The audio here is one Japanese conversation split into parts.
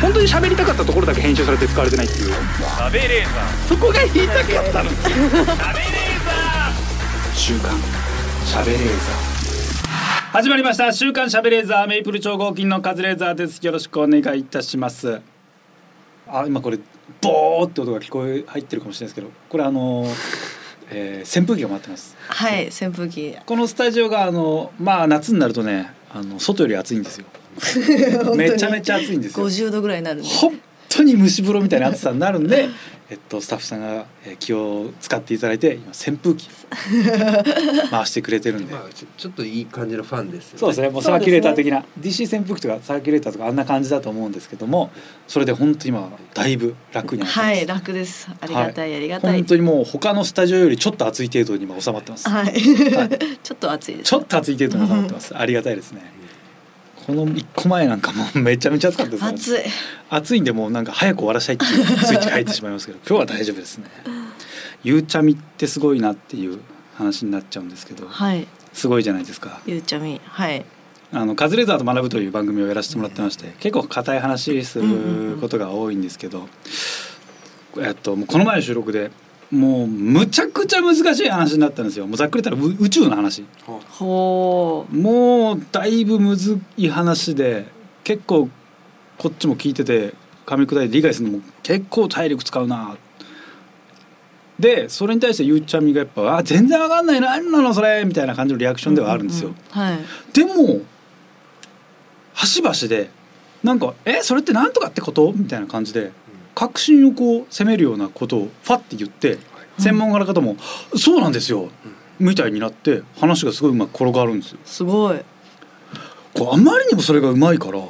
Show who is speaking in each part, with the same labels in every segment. Speaker 1: 本当に喋りたかったところだけ編集されて使われてないっていう
Speaker 2: 食べれー
Speaker 1: そこが言いたかったの
Speaker 2: ザー食べれーザ
Speaker 1: 週刊喋れーザー始まりました週刊喋れーザーメイプル超合金のカズレーザーですよろしくお願いいたしますあ今これボーって音が聞こえ入ってるかもしれないですけどこれあの ー、えー扇風機が回ってます
Speaker 3: はい扇風機
Speaker 1: このスタジオがあのまあ夏になるとねあの外より暑いん ですよめちゃめちゃ暑いんですよ
Speaker 3: 50度ぐらいになるんで
Speaker 1: 本当に蒸し風呂みたいな暑さになるんでえっとスタッフさんがえー気を使っていただいて今扇風機回してくれてるんで
Speaker 4: まあ、ちょちょっといい感じのファンですよ、ね。
Speaker 1: そうですねもうサーキュレーター的な、DC 扇風機とかサーキュレーターとかあんな感じだと思うんですけどもそれで本当今だいぶ楽になってます、
Speaker 3: はい楽ですありがたい、ありがたい
Speaker 1: 本当にもう他のスタジオよりちょっと暑い程度に今収まってます、
Speaker 3: はい、
Speaker 1: はい
Speaker 3: ちょっと暑いです
Speaker 1: ちょっと暑い程度に収まってますありがたいですねこの一個前なんかもうめちゃめちゃ暑かったですね
Speaker 3: 暑い
Speaker 1: 暑いんでもうなんか早く終わらしたいっていうスイッチが入ってしまいますけど今日は大丈夫ですね。 ゆうちゃみってすごいなっていう話になっちゃうんですけど
Speaker 3: はい
Speaker 1: すごいじゃないですか。
Speaker 3: ゆうちゃみはい
Speaker 1: あのカズレーザーと学ぶという番組をやらせてもらってまして結構硬い話することが多いんですけど、えっと、もうこの前の収録でもうむちゃくちゃ難しい話になったんですよもうざっくり言ったらう宇宙の話。
Speaker 3: ほう
Speaker 1: もうだいぶむずい話で結構こっちも聞いてて噛み砕いて理解するのも結構体力使うなでそれに対してゆうちゃみがやっぱ「あ全然わかんない何なのそれ」みたいな感じのリアクションではあるんですよ。
Speaker 3: ううはい
Speaker 1: でも端々でなんか「えそれってなんとかってこと?」みたいな感じで確信をこう責めるようなことをファって言って専門家の方も「そうなんですよ」みたいになって話がすごいうまく転がるんですよ。
Speaker 3: すごい
Speaker 1: こうあまりにもそれがうまいから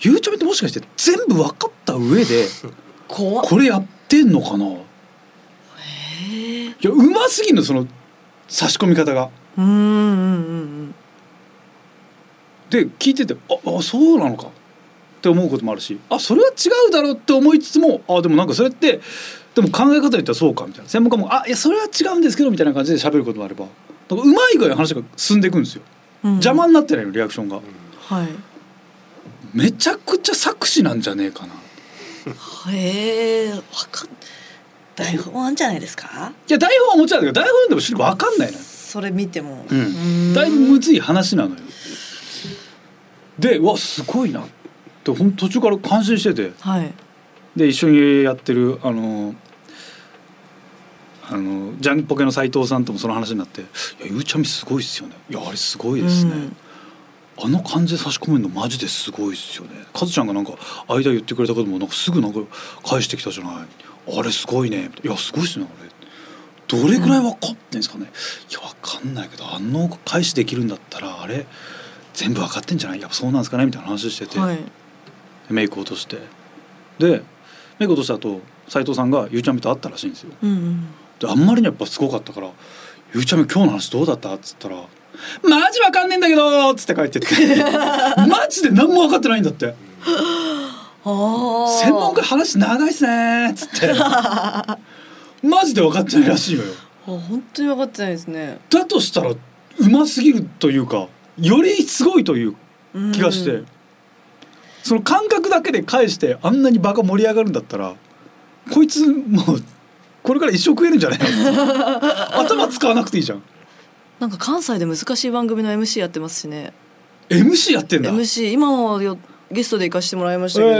Speaker 1: ゆうちゃみってもしかして全部分かった上で
Speaker 3: 怖っ
Speaker 1: これやってんのかない
Speaker 3: へえ
Speaker 1: やうますぎるのその差し込み方が。
Speaker 3: うんうんうん
Speaker 1: で聞いててああそうなのかって思うこともあるしあそれは違うだろうって思いつつもあでもなんかそれってでも考え方によってはそうかみたいな専門家もあいやそれは違うんですけどみたいな感じで喋ることもあればなんかうまい具合に話が進んでいくんですよ
Speaker 3: うん
Speaker 1: 邪魔になってないのリアクションが
Speaker 3: はい
Speaker 1: めちゃくちゃ作詞なんじゃねえかな
Speaker 3: へえわかん台本あんじゃないですか
Speaker 1: いや台本はもちろんだけど台本読んでも知る分かんないのよ
Speaker 3: それ見ても
Speaker 1: うん
Speaker 3: ーん
Speaker 1: だいぶむずい話なのよでうわすごいなってほん途中から感心してて
Speaker 3: はい
Speaker 1: で一緒にやってるあのあのジャンポケの斉藤さんともその話になって「いやゆうちゃみすごいっすよね」「いやあれすごいですね」
Speaker 3: うん
Speaker 1: あの感じで差し込めるのマジですごいっすよね。カズちゃんがなんか間言ってくれたこともなんかすぐなんか返してきたじゃない。あれすごいね。いやすごいっすねあれ。どれぐらい分かってんですかね。いや分かんないけどあの返しできるんだったらあれ全部分かってんじゃない。やっぱそうなんですかねみたいな話してて、
Speaker 3: はい
Speaker 1: メイク落としてでメイク落とした後斉藤さんがゆうちゃみと会ったらしいんですよ。
Speaker 3: うんうん
Speaker 1: であんまりにやっぱすごかったから「ゆうちゃみ今日の話どうだった?」っつったら「マジわかんねえんだけど」っつって帰ってって マジで何も分かってないんだって「
Speaker 3: ああ
Speaker 1: 専門家話長いっすね」っつってマジで分かってないらしいのよ
Speaker 3: あ本当に分かってないですね
Speaker 1: だとしたらうますぎるというかよりすごいという
Speaker 3: うん
Speaker 1: 気がして、その感覚だけで返してあんなに場が盛り上がるんだったらこいつもうこれから一生食えるんじゃないの 頭使わなくていいじゃん
Speaker 3: なんか関西で難しい番組の MC やってますしね
Speaker 1: MC やってんだ、
Speaker 3: MC 今もよゲストで行かしてもらいましたけど、
Speaker 1: え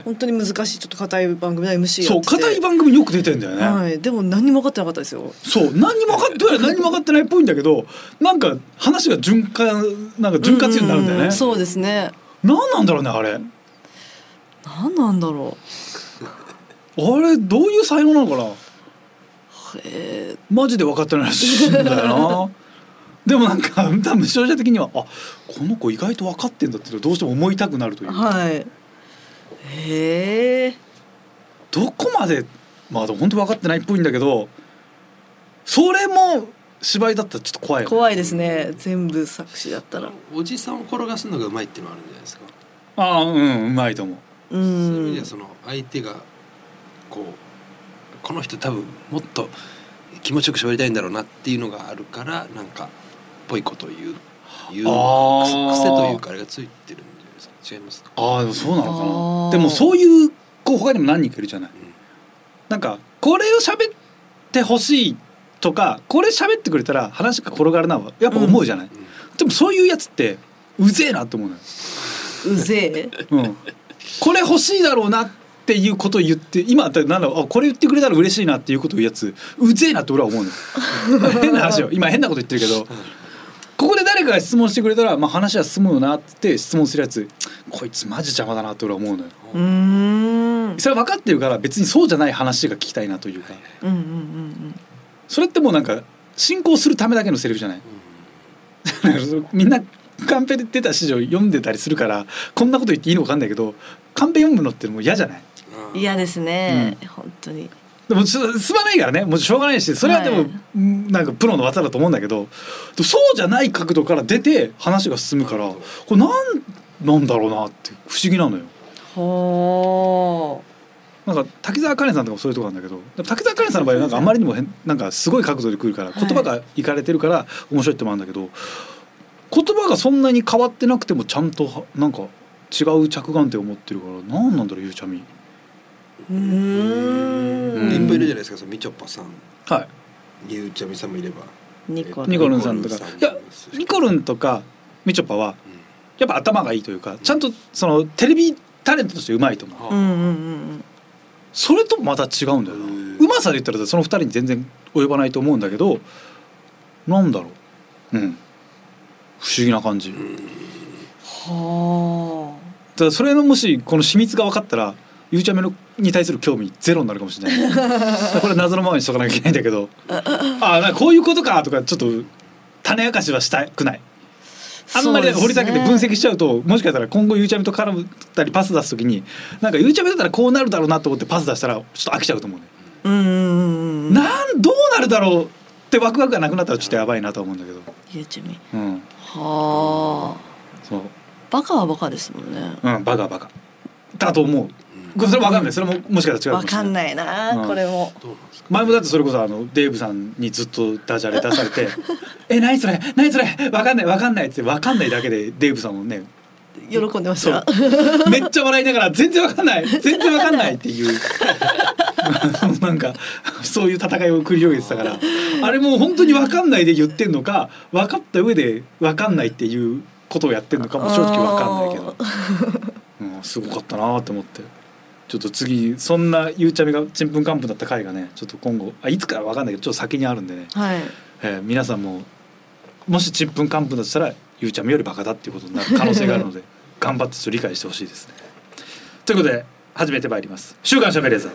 Speaker 1: え
Speaker 3: 本当に難しいちょっと硬い番組の MC や
Speaker 1: そ
Speaker 3: っ
Speaker 1: う
Speaker 3: てて
Speaker 1: 硬い番組よく出てんだよね、
Speaker 3: はいでも何にも分かってなかったですよ
Speaker 1: そう何にも分かってない何にも分かってないっぽいんだけどなんか話が循環なんか潤滑油になるんだよね、
Speaker 3: うそうですね
Speaker 1: 何なんだろうねあれ
Speaker 3: 何なんだろ
Speaker 1: あれどういう才能なのかな
Speaker 3: うへえ
Speaker 1: マジで分かってないらしいんだよな でもなんか多分視聴者的にはあこの子意外と分かってんだってどうしても思いたくなるという、
Speaker 3: はいへえ
Speaker 1: どこまでまあでも本当分かってないっぽいんだけどそれも芝居だったらちょっと怖いよね
Speaker 3: 怖いですね全部作詞だったら
Speaker 4: おじさんを転がすのがうまいっていうのはあるんじゃないですか。
Speaker 1: ああうんうまいと思う
Speaker 3: う
Speaker 4: そういう意味
Speaker 3: ん
Speaker 4: ではその相手がこうこの人多分もっと気持ちよく喋りたいんだろうなっていうのがあるからなんかっぽいことを言う言う
Speaker 1: あー
Speaker 4: く癖というかあれがついてるんじゃないさん違いますか、
Speaker 1: ああでもそうなの
Speaker 3: あー
Speaker 1: かなでもそういう子他にも何人かいるじゃない
Speaker 4: うん
Speaker 1: なんかこれを喋ってほしいとかこれ喋ってくれたら話が転がるなはやっぱ思うじゃない、
Speaker 4: うん
Speaker 1: でもそういうやつってうぜえなって思うのよ、
Speaker 3: うぜ え
Speaker 1: うん、これ欲しいだろうなっていうことを言って今だってなんだろうあこれ言ってくれたら嬉しいなっていうことを言うやつうぜえなって俺は思うの よ変な話よ今変なこと言ってるけどここで誰かが質問してくれたら、まあ、話は進むよなって質問するやつこいつマジ邪魔だなって俺は思うのよ
Speaker 3: うーんうん
Speaker 1: それは分かってるから別にそうじゃない話が聞きたいなというか
Speaker 3: うんうんうん
Speaker 1: それってもうなんか進行するためだけのセリフじゃない みんなカンペで出た史上読んでたりするからこんなこと言っていいのか分かんないけどカンペ読むのってもう嫌じゃない
Speaker 4: うん
Speaker 3: 嫌ですね、本当に
Speaker 1: でもすすまないからねもうしょうがないしそれはでも、
Speaker 3: はい
Speaker 1: うんなんかプロの技だと思うんだけどでもそうじゃない角度から出て話が進むからこれなんなんだろうなって不思議なのよ。
Speaker 3: ほ
Speaker 1: なんか滝沢カレンさんとかもそういうとこなんだけどでも滝沢カレンさんの場合はなんかあまりにも変なんかすごい角度で来るから
Speaker 3: はい
Speaker 1: 言葉がいかれてるから面白いってもあるんだけど言葉がそんなに変わってなくてもちゃんとはなんか違う着眼点を持ってるから何なんだろうゆうちゃみ。
Speaker 3: ううーん
Speaker 4: いっぱいいるじゃないですかそのみちょぱさん
Speaker 1: はい
Speaker 4: ゆうちゃみさんもいれば
Speaker 3: ニコ
Speaker 1: ニ
Speaker 3: ル
Speaker 1: コルンさんとか
Speaker 4: ニ
Speaker 1: い
Speaker 4: コル
Speaker 1: や
Speaker 4: ンさん
Speaker 1: ニコルンとかみちょぱは
Speaker 4: うん
Speaker 1: やっぱ頭がいいというかちゃんとそのテレビタレントとしてうまいと思う
Speaker 3: うんうんうん
Speaker 1: それとまた違うんだよな
Speaker 4: うん
Speaker 1: うまさで言ったらその二人に全然及ばないと思うんだけどなんだろううん不思議な感じ、だか
Speaker 3: は
Speaker 1: らそれのもしこの秘密が分かったらゆうちゃみのに対する興味ゼロになるかもしれない これ謎のままにしとかなきゃいけないんだけどああこういうことかとかちょっと種明かしはしたくない
Speaker 3: あ
Speaker 1: あんまり掘り下げて分析しちゃうともしかしたら今後ゆうちゃみと絡むったりパス出す時になんかゆうちゃみだったらこうなるだろうなと思ってパス出したらちょっと飽きちゃうと思うね、
Speaker 3: うんうんうんうん
Speaker 1: なんどうなるだろうってワクワクがなくなったらちょっとやばいなとは思うんだけど、
Speaker 3: ゆうちゃみ
Speaker 1: うん、
Speaker 3: はあ
Speaker 1: そう、
Speaker 3: バカはバカですもんね
Speaker 1: うん、バカバカだと思うこれそれわかんないそれももしかしたら違う
Speaker 3: わ
Speaker 1: もし
Speaker 3: か
Speaker 1: れ
Speaker 3: ん
Speaker 1: ない
Speaker 3: ない
Speaker 1: うん
Speaker 3: なこれも
Speaker 4: どうなんですか
Speaker 1: 前もだってそれこそあのデーブさんにずっとダジャレ出されて 「え何それ何それわかんないわかんない」ってわかんないだけでデーブさんもね
Speaker 3: 喜んでまし
Speaker 1: そう
Speaker 3: た
Speaker 1: めっちゃ笑いながら全然わかんない全然わかんないっていう なんかそういう戦いを繰り広げてたからあれもう本当にわかんないで言ってんのか分かった上でわかんないっていうことをやってんのかも正直わかんないけど、うん、すごかったなと思ってちょっと次そんなゆうちゃみがちんぷんかんぷんだった回がねちょっと今後あいつかわかんないけどちょっと先にあるんでね、
Speaker 3: はい
Speaker 1: えー皆さんももしちんぷんかんぷんだとしたらゆうちゃみよりバカだっていうことになる可能性がある ので頑張ってちょっと理解してほしいですね。ということで始めてまいります「週刊しゃべれーザー」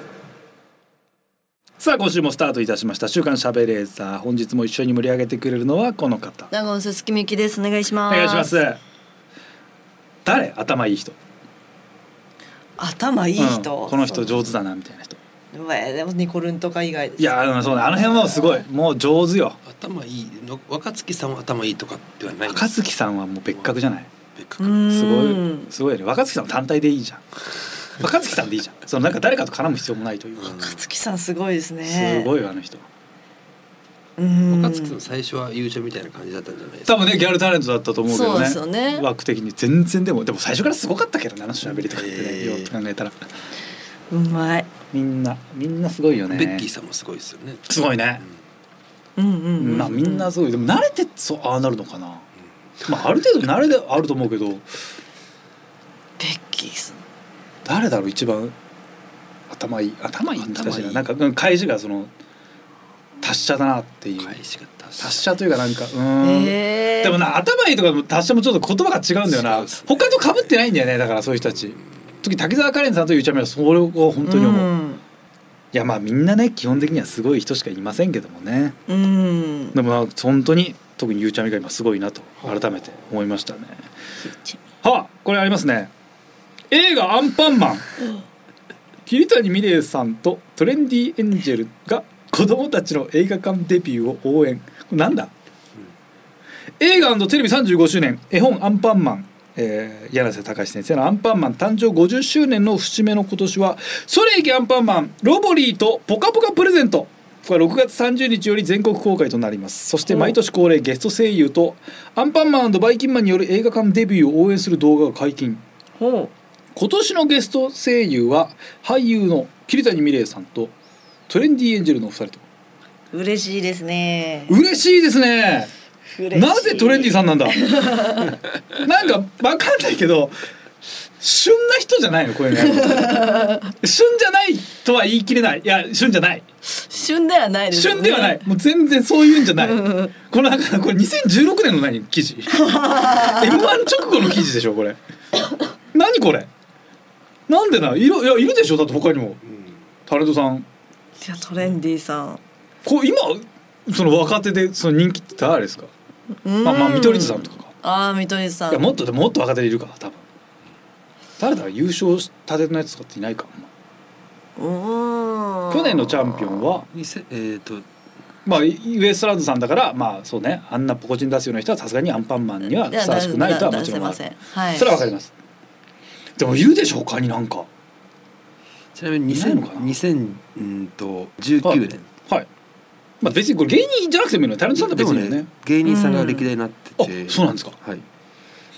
Speaker 1: さあ今週もスタートいたしました「週刊しゃべれーザー」本日も一緒に盛り上げてくれるのはこの方
Speaker 3: 名古屋鈴木みゆきですお願いし
Speaker 1: お
Speaker 3: ます
Speaker 1: 願いします誰頭いい人
Speaker 3: 頭いい人、
Speaker 1: うんこの人上手だなみたいな人
Speaker 3: うわでもニコルンとか以外です
Speaker 1: いやーうんそうねあの辺はすごいもう上手よ
Speaker 4: 頭いいの若槻さんは頭いいとかではないんです
Speaker 1: 若槻さんはもう別格じゃない
Speaker 4: 別
Speaker 3: う
Speaker 4: 格
Speaker 3: ーん
Speaker 1: すごいすごいよね若槻さんは単体でいいじゃん若槻さんでいいじゃんそのなんか誰かと絡む必要もないというか
Speaker 3: 若槻さんすごいですね
Speaker 1: すごいよあの人
Speaker 3: うーん
Speaker 4: 若槻さん最初はゆうちゃんみたいな感じだったんじゃないです
Speaker 1: 多
Speaker 4: か
Speaker 1: 分ねギャルタレントだったと思うけどね
Speaker 3: そうですよね
Speaker 1: 枠的に全然でもでも最初からすごかったけどねあの喋りとかってね、
Speaker 4: えー
Speaker 1: よく考えたら
Speaker 3: うまい
Speaker 1: みんなみんなすごいよね
Speaker 4: ベッキーさんもすごいですよね
Speaker 1: すごいね、
Speaker 3: うんうんうん、
Speaker 1: まあみんなすごいでも慣れてそうああなるのかな、まあある程度慣れであると思うけど
Speaker 3: ベッキーさん
Speaker 1: 誰だろう一番頭いい頭いいんですかし
Speaker 4: 頭い
Speaker 1: ら
Speaker 4: い
Speaker 1: なんかうん返しがその達者だなっていう
Speaker 4: 返しが達
Speaker 1: 達者というかなんかうーん、
Speaker 3: えー、
Speaker 1: でもな頭いいとかも達者もちょっと言葉が違うんだよ
Speaker 4: 違う
Speaker 1: な、
Speaker 4: っすね
Speaker 1: 他と被ってないんだよねだからそういう人たち時滝沢カレンさんとゆうちゃみはそれを本当に思う、いやまあみんなね基本的にはすごい人しかいませんけどもね
Speaker 3: うん、うん
Speaker 1: でもまあ本当に特にゆうちゃみが今すごいなと改めて思いましたねはあこれありますね映画「アンパンマン」桐谷美玲さんとトレンディエンジェルが子供たちの映画館デビューを応援これなんだ、映画テレビ35周年絵本「アンパンマン」えー、柳瀬隆先生の「アンパンマン」誕生50周年の節目の今年は「それいけアンパンマンロボリーとポカポカプレゼント」これは6月30日より全国公開となりますそして毎年恒例ゲスト声優とアンパンマンバイキンマンによる映画館デビューを応援する動画が解禁
Speaker 3: ほ
Speaker 1: 今年のゲスト声優は俳優の桐谷美玲さんとトレンディエンジェルのお二人と
Speaker 3: う嬉しいですね
Speaker 1: 嬉しいですね
Speaker 3: 嬉しい
Speaker 1: なぜトレンディさんなん だなんかわかんないけど旬な人じゃないのこれね 旬じゃないとは言い切れないいや旬じゃない
Speaker 3: 旬ではないですよね
Speaker 1: 旬ではないもう全然そういうんじゃない
Speaker 3: うん
Speaker 1: このなんかこれ2016年の何記 事 M1 直後の記事でしょこれ何これなんでないろいやいるでしょだって他にもタレントさん
Speaker 3: じゃあトレンディさん
Speaker 1: こう今その若手でその人気って誰ですかまあまあ見取り図さんとかか
Speaker 3: ああ見取り図さ
Speaker 1: いや
Speaker 3: ん
Speaker 1: もっとでももっと若手でいるか多分誰だ優勝したてのやつとかっていないか、
Speaker 3: うーん
Speaker 1: 去年のチャンピオンは
Speaker 4: うん、2000えっ、と
Speaker 1: まあウエストランドさんだからまあそうねあんなポコチン出すような人はさすがにアンパンマンにはふさわしくないとはもちろんある
Speaker 3: 出せませんはい
Speaker 1: それはわかりますでもいるでしょうかになんか
Speaker 4: ちなみに
Speaker 1: いないのかな
Speaker 4: 2000うんと19年、
Speaker 1: はいまあ別にこれ芸人じゃなくてもいいのタレントさんだ
Speaker 4: で
Speaker 1: 別
Speaker 4: も
Speaker 1: にいいよ
Speaker 4: ね
Speaker 1: ね
Speaker 4: 芸人さんが歴代になってて、
Speaker 1: うんあそうなんですか
Speaker 4: はい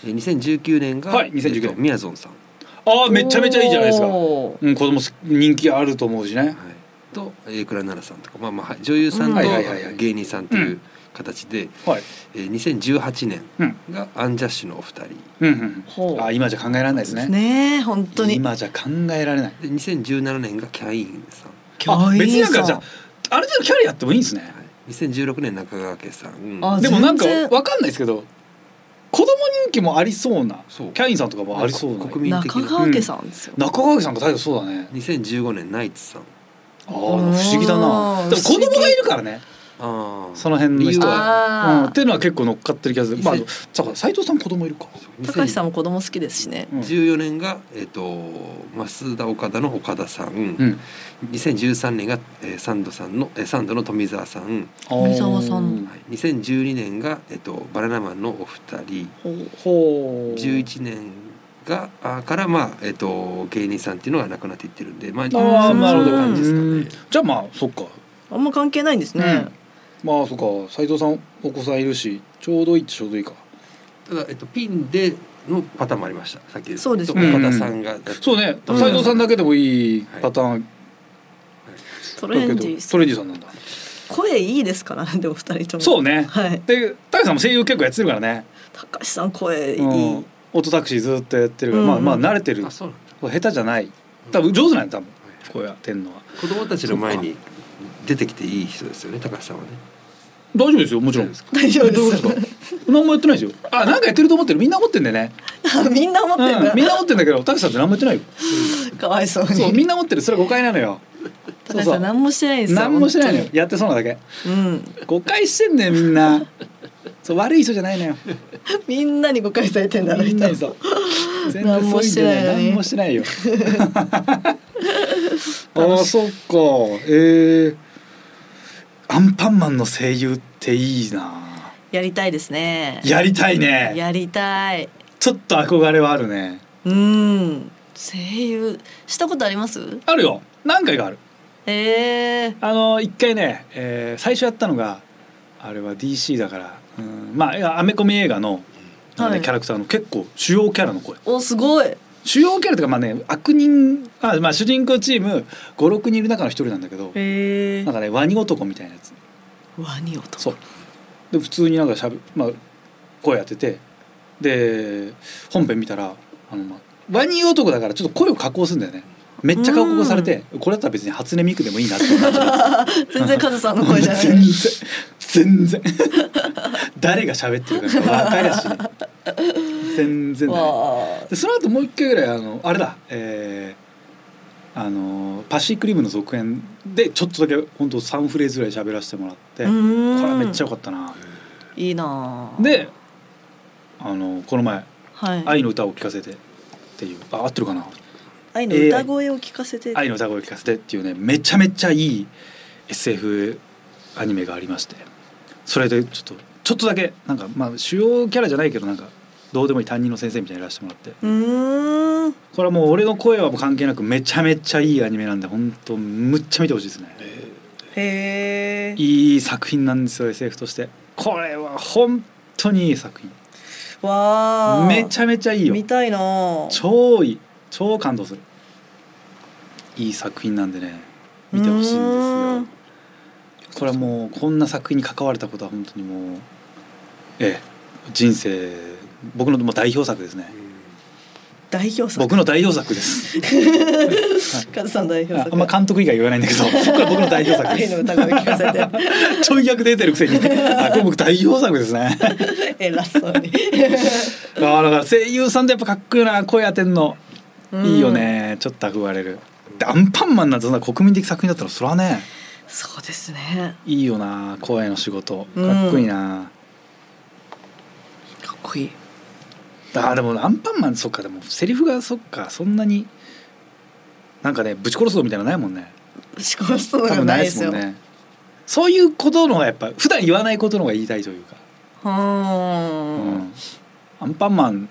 Speaker 4: えー2019年が、
Speaker 1: はい2019
Speaker 4: えーとみやぞんさん、は
Speaker 1: ああめちゃめちゃいいじゃないですか
Speaker 3: おー
Speaker 1: うん子供す人気あると思うしね
Speaker 4: い、とえー倉奈々さんとか、まあまあはい、女優さん
Speaker 3: うん
Speaker 4: と
Speaker 3: はいはい
Speaker 1: はいはい
Speaker 4: 芸人さんっていう形で、
Speaker 1: はい
Speaker 4: えー、2018年
Speaker 1: うん
Speaker 4: がアンジャッシュのお二人
Speaker 1: うんうん
Speaker 3: ほ
Speaker 1: うん
Speaker 3: う
Speaker 1: あー今じゃ考えられないですね
Speaker 3: ねえ本当に
Speaker 1: 今じゃ考えられない
Speaker 4: で2017年がキャインさん、
Speaker 1: あ別になんかじゃ
Speaker 3: 教員
Speaker 1: あある程度キャリアあってもいいんですね
Speaker 4: はい、2016年中川家さん
Speaker 3: あ
Speaker 1: でもなんか
Speaker 3: 全然
Speaker 1: わかんないですけど子供人気もありそうな
Speaker 4: そう
Speaker 1: キャインさんとかもありそうな
Speaker 4: 国
Speaker 3: さ
Speaker 4: 民
Speaker 3: ん
Speaker 4: 的
Speaker 3: 中
Speaker 4: な
Speaker 3: 川家さんですよ、
Speaker 1: 中川家さんが大丈夫そうだね
Speaker 4: 2015年ナイツさん
Speaker 1: ああ不思議だな
Speaker 3: うん
Speaker 1: でも子供がいるからね
Speaker 4: あー
Speaker 1: その辺の人はうん、っ
Speaker 3: ああ
Speaker 1: ていうのは結構乗っかってる気がする。まあ、
Speaker 4: 伊勢
Speaker 1: だから斉藤さん子供いるか。
Speaker 3: 高橋さんも子供好きですしね
Speaker 1: うん
Speaker 4: 2014年が、えっと増田岡田の岡田さん、
Speaker 1: うん。
Speaker 4: 2013年が、えーサンドさんの、えーサンドの富澤さん、
Speaker 3: 三沢さん
Speaker 4: はい、2012年が、えっとバナナマンのお二人
Speaker 1: ほう。
Speaker 4: 11年があーからまあ、えっと芸人さんっていうのがなくなっていってるんでまあ
Speaker 1: ああ、なるほど。
Speaker 4: そんな感じですかね。
Speaker 1: うんじゃあ、まあ、そっか。
Speaker 3: あんま関係ないんですね、
Speaker 1: うんまあ、そっか。斉藤さん、お子さんいるし、ちょうどいいっちゃちょうどいいか。
Speaker 4: ただ、えっと、ピンでのパターンもありましたさっき
Speaker 3: そうです
Speaker 4: ね、
Speaker 3: ね
Speaker 4: えっと岡田さんが、
Speaker 1: そうね。
Speaker 4: うん
Speaker 1: 斉藤さんだけでもいいパターン
Speaker 3: ト
Speaker 1: だけ
Speaker 3: レ
Speaker 1: ど、
Speaker 3: ン
Speaker 1: ト
Speaker 3: デ
Speaker 1: レンデ
Speaker 3: ィさん
Speaker 1: ィさんなんだ。
Speaker 3: 声いいですからねでも二人とも
Speaker 1: そううね。
Speaker 3: はい
Speaker 1: で、高橋さんも声優結構やってるからね。
Speaker 3: 高橋さん声いい、
Speaker 1: うん。オートタクシーずっとやってるから、まあ、
Speaker 3: うん
Speaker 1: まあ、慣れてる
Speaker 4: あ。そうなんだ
Speaker 1: 下手じゃない。多分上手なんだ、多分。こうやってんのは。
Speaker 4: 子供たちの前に出てきていい人ですよね高橋さんはね
Speaker 1: 大丈夫ですよ。もちろん。
Speaker 3: 大丈夫
Speaker 1: どう
Speaker 3: で
Speaker 1: です
Speaker 3: す
Speaker 1: か 何もやってないですよあなんかやってると思ってるみんな思ってんだよね、
Speaker 3: みんな思っ
Speaker 1: う
Speaker 3: てんだ、
Speaker 1: ん、みんな思ってんだけどタクさんって何もやってないよ
Speaker 3: かわいそう に
Speaker 1: そうみんな思ってるそれ誤解なの よ
Speaker 3: 高橋さん何もしてないですよ
Speaker 1: 何もしてないのよやってそうなだけ
Speaker 3: 本当にうん
Speaker 1: 誤解してんだよみんな そう悪い人じゃないのよ
Speaker 3: みんなに誤解されてんだあの
Speaker 1: みん
Speaker 3: 人
Speaker 1: なにそう全然そういうんじゃない何
Speaker 3: 何
Speaker 1: も
Speaker 3: も
Speaker 1: し
Speaker 3: して
Speaker 1: ない よあーそっかえー、アンパンマンの声優っていいな
Speaker 3: やりたいですね
Speaker 1: やりたいね
Speaker 3: やりたい
Speaker 1: ちょっと憧れはあるね
Speaker 3: うん声優したことあります
Speaker 1: あるよ何回かある
Speaker 3: ええ
Speaker 1: あの一回ね、えー最初やったのがあれは DC だから、うん、まあいやアメコミ映画の,、あのね
Speaker 3: はい
Speaker 1: キャラクターの結構主要キャラの声
Speaker 3: おすごい
Speaker 1: 主要キャラというかまあね悪人あ、まあ、主人公チーム56人いる中の一人なんだけど
Speaker 3: ええ
Speaker 1: なんかねワニ男みたいなやつ
Speaker 3: ワニ男
Speaker 1: そうで普通になんかしゃべ、まあ、声当ててで本編見たらあの、まあ、ワニ男だからちょっと声を加工するんだよねめっちゃ加工されてこれだったら別に初音ミクでもいいなって 感じ
Speaker 3: 全然カズさんの声じゃない
Speaker 1: 全然全然 誰が喋ってるか分かるしね全然だね
Speaker 3: わあ
Speaker 1: でその後もう一回ぐらいあのあれだえーあのパシフィックリムの続編でちょっとだけ本当三3フレーズぐらい喋らせてもらって
Speaker 3: う
Speaker 1: こ
Speaker 3: ん
Speaker 1: れはめっちゃ良かったない
Speaker 3: いなあ
Speaker 1: であのこの前
Speaker 3: はい
Speaker 1: 「愛の歌を聴かせて」っていうあ合ってるかな
Speaker 3: 愛の歌声を聞かせて、
Speaker 1: 「愛の歌声を聴かせて」っていうねめちゃめちゃいい SF アニメがありましてそれでちょっとちょっとだけなんかまあ主要キャラじゃないけどなんかどうでもいい担任の先生みたいにやらせてもらって
Speaker 3: うーん
Speaker 1: これはもう俺の声はもう関係なくめちゃめちゃいいアニメなんで本当むっちゃ見てほしいですね
Speaker 3: へえ
Speaker 1: いい作品なんですよ SF としてこれは本当にいい作品
Speaker 3: わあ
Speaker 1: めちゃめちゃいいよ
Speaker 3: 見たいなあ
Speaker 1: 超いい超感動するいい作品なんでね見てほしいん
Speaker 3: う
Speaker 1: で
Speaker 3: ーん
Speaker 1: すよこれはもうこんな作品に関われたことは本当にもうええ人生僕のもう代表作ですね
Speaker 3: 代表作
Speaker 1: 僕の代表作です
Speaker 3: カズさん代表
Speaker 1: あ
Speaker 3: 作
Speaker 1: あんま監督以外言わないんだけどこれ僕の代表作 で
Speaker 3: 愛の
Speaker 1: す
Speaker 3: 歌声聞かせて
Speaker 1: ちょい役出てるくせにあこれ僕代表作ですね
Speaker 3: 偉そうに
Speaker 1: あーだから声優さんってやっぱかっこいいな声当てんの
Speaker 3: う ん
Speaker 1: いいよね、ちょっと憧れるでアンパンマンなんてそんな国民的作品だったらそれはね
Speaker 3: そうですね
Speaker 1: いいよな声の仕事かっこいいな、
Speaker 3: かっこいい
Speaker 1: あーでもアンパンマンそっかでもセリフがそっかそんなになんかねぶち殺すぞみたいなのないもんね
Speaker 3: 仕事す
Speaker 1: 多
Speaker 3: のが
Speaker 1: 分
Speaker 3: な
Speaker 1: ないい
Speaker 3: で
Speaker 1: ですす
Speaker 3: よ
Speaker 1: もんねそういうことの方がやっぱ普段言わないことの方が言いたいというか、
Speaker 3: う
Speaker 1: うん
Speaker 3: ん
Speaker 1: アンパンマン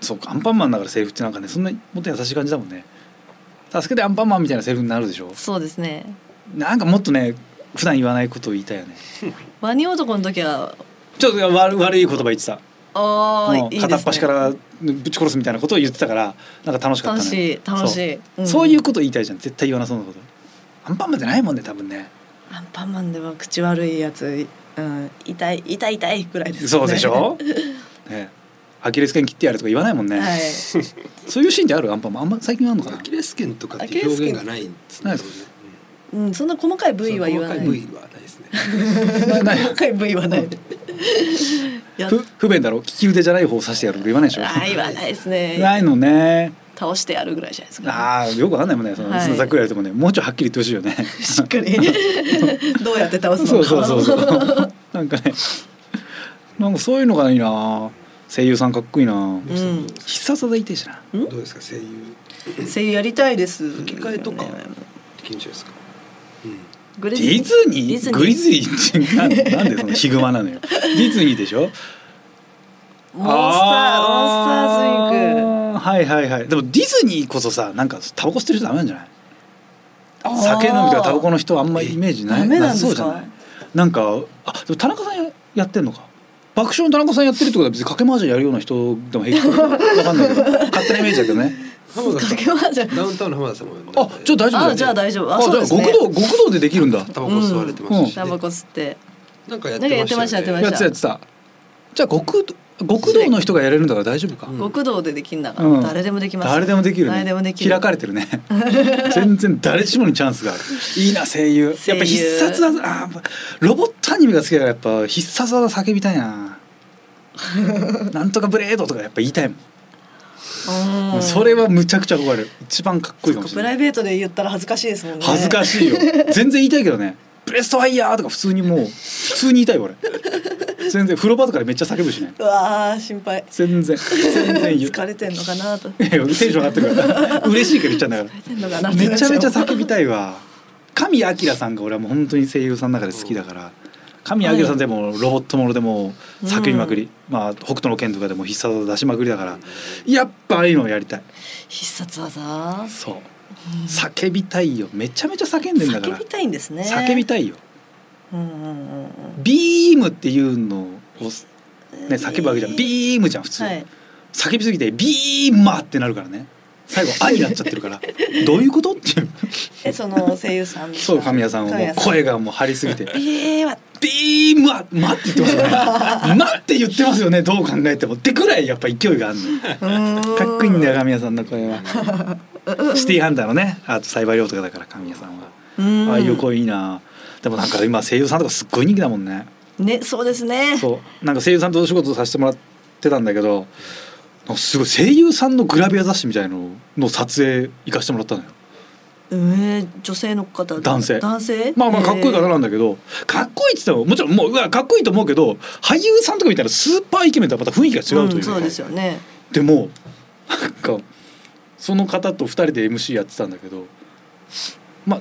Speaker 1: そうかアンパンマンだからセリフってなんかねそんなにもっと優しい感じだもんね助けてアンパンマンみたいなセリフになるでしょ
Speaker 3: そうですね
Speaker 1: なんかもっとね普段言わないことを言いたいよね
Speaker 3: ワニ男の時は
Speaker 1: ちょっと悪悪い言葉言ってた
Speaker 3: ああい
Speaker 1: も
Speaker 3: いうですね
Speaker 1: 片っ端からぶち殺すみたいなことを言ってたからなんか楽しかった
Speaker 3: 楽
Speaker 1: ね
Speaker 3: しい楽しい
Speaker 1: そう,、そうい
Speaker 3: うん
Speaker 1: うこと言いたいじゃん絶対言わなそうなことアンパンマンじゃないもんね多分ね
Speaker 3: アンパンマンでは口悪いやつ、うん、痛い痛い痛いぐらいです、ね、
Speaker 1: そうでし ょ、 ね、アキレス腱切ってやるとか言わないもんね、
Speaker 3: はい
Speaker 1: そういうシーンってあるアンパンマンあんま最近あんのか
Speaker 4: ア
Speaker 1: な
Speaker 4: キレス腱とかっていう表現がないんですね
Speaker 1: アキレス腱
Speaker 4: そうね
Speaker 3: うん、そんな細かい部
Speaker 4: うん
Speaker 3: 位は言わない
Speaker 4: 細かい部位はないですね
Speaker 1: なない
Speaker 3: 細か い部位はないや
Speaker 1: ふ不便だろ利き腕じゃない方を刺してやるとか言わないでしょ
Speaker 3: あー言わないですね
Speaker 1: ないのね
Speaker 3: 倒してやるぐらいじゃないですか
Speaker 1: ああよくわかんないもんねその、
Speaker 3: はい
Speaker 1: ざっくりやるともねもうちょいはっきり言ってほしい よね
Speaker 3: しっかり どうやって倒す
Speaker 1: そ
Speaker 3: の
Speaker 1: う
Speaker 3: か
Speaker 1: そうそうそう なんかねなんかそういうのがいいな声優さんかっこいいな
Speaker 3: うん
Speaker 1: 必殺技いてえしな
Speaker 4: どうですか声優
Speaker 3: 声優やりたいです
Speaker 4: 吹き替えとかできんじゃないですか
Speaker 3: グ
Speaker 1: デ
Speaker 3: レズリー
Speaker 1: ィズニー
Speaker 3: ディズニー
Speaker 1: グリズリーってななんでそのヒグマなのよディズニーでしょ
Speaker 3: モンスターモンスターズインク
Speaker 1: ンクはいはいはいでもディズニーこそさなんかタバコ吸ってる人ダメなんじゃない
Speaker 3: あー
Speaker 1: 酒飲みとかタバコの人あんまイメージない
Speaker 3: ダメなんですか
Speaker 1: そうじゃないなんかあでも田中さんややってんのか爆笑の田中さんやってるってことは別に掛け回しやるような人でも平気わかんないけ ど勝手なイメージだけどね
Speaker 4: 浜田さ
Speaker 3: かけまじゃ
Speaker 4: んダウンタウンの浜田さんもなんか
Speaker 1: あじゃあ大丈夫だよね
Speaker 3: あじゃあ大丈夫
Speaker 1: あ
Speaker 3: あ
Speaker 1: じ
Speaker 3: そう
Speaker 1: ゃあ
Speaker 3: です
Speaker 1: 極
Speaker 3: ね
Speaker 1: 道極道でできるんだ
Speaker 4: タバコ吸われてますし
Speaker 3: タ
Speaker 4: ね
Speaker 3: バコ吸って
Speaker 4: なんかや
Speaker 3: なんかや
Speaker 4: っ
Speaker 3: って
Speaker 4: て
Speaker 3: ま
Speaker 4: ま
Speaker 3: し
Speaker 4: したた
Speaker 3: やって
Speaker 4: よ
Speaker 3: ま
Speaker 4: ね
Speaker 3: し
Speaker 1: やってたやってたじゃあ極道極道の人がやれるんだから大丈夫か、
Speaker 4: うん
Speaker 3: 極道でできんだから、
Speaker 1: うん
Speaker 3: 誰でもできます
Speaker 1: 誰でもできるね
Speaker 3: 誰でもできる
Speaker 1: 開かれてる ね全然誰しもにチャンスがあるいいな声優
Speaker 3: 声優
Speaker 1: やっぱ必殺技あーロボットアニメが好きだからやっぱ必殺技叫びたい ななんとかブレードとかやっぱ言いたいもん、
Speaker 3: うん
Speaker 1: それはむちゃくちゃ憧れる一番かっこいいかもし
Speaker 3: プ
Speaker 1: れ
Speaker 3: ラ
Speaker 1: な
Speaker 3: イ
Speaker 1: い
Speaker 3: ベートで言ったら恥ずかしいですもんね
Speaker 1: 恥ずかしいよ全然言いたいけどねブレストファイヤーとか普通にもう普通に言いたいよ俺全然風呂場とかでめっちゃ叫ぶしね
Speaker 3: うわー心配
Speaker 1: 全然全然言う
Speaker 3: 疲れてんのか なと
Speaker 1: いやテンション上がってるから嬉しいから言っちゃうんだか
Speaker 3: 疲れてんのからな
Speaker 1: めちゃめちゃ叫びたいわ神明さんが俺はもう本当に声優さんの中で好きだから神明さんでもロボットものでも叫びまくり、まあ、北斗の拳とかでも必殺技出しまくりだからやっぱああいうのをやりたい
Speaker 3: 必殺技
Speaker 1: そう叫びたいよめちゃめちゃ叫んでんだから
Speaker 3: 叫びたいんですね
Speaker 1: 叫びたいよ
Speaker 3: うんうんうんうん
Speaker 1: ビームっていうのを、ね、叫ぶわけじゃんビームじゃん普通、
Speaker 3: はい
Speaker 1: 叫びすぎてビーマーってなるからね最後「あ」になっちゃってるからどういうことっていう
Speaker 3: えその声優さん
Speaker 1: そう神谷さんはもう声がもう張りすぎて
Speaker 3: 「ええわ
Speaker 1: 「ビーママ」って言ってますよね「マ」って言ってますよねどう考えてもってくらいやっぱ勢いがあるのよ かっこいいんだよ神谷さんの声はシティーハンターのねあとサイバーリョウとかだから神谷さん
Speaker 3: うん
Speaker 1: はああいう声いいなでもなんか今声優さんとかすっごい人気だもんね
Speaker 3: ねそうですね
Speaker 1: そうなんか声優さんとお仕事させてもらってたんだけどなんかすごい声優さんのグラビア雑誌みたいのの撮影行かしてもらったのよ
Speaker 3: えー女性の方
Speaker 1: 男性
Speaker 3: 男性
Speaker 1: まあまあかっこいい方なんだけど、かっこいいって言ってももちろんもううわかっこいいと思うけど俳優さんとか見たらスーパーイケメンとはまた雰囲気が違うという
Speaker 3: うん
Speaker 1: か、
Speaker 3: そうですよね
Speaker 1: でもなんかその方と2人で MC やってたんだけどまあ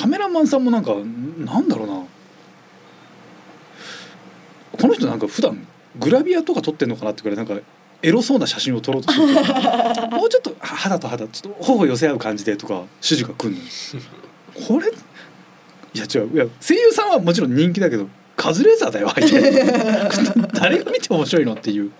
Speaker 1: カメラマンさんもなんかなんだろうなこの人なんか普段グラビアとか撮ってんのかなってくらいなんかエロそうな写真を撮ろうとするけど もうちょっと肌と肌ちょっと頬寄せ合う感じでとか指示が来るのにこれいや違ういや声優さんはもちろん人気だけどカズレーザーだよ相 手誰が見ても面白いのっていう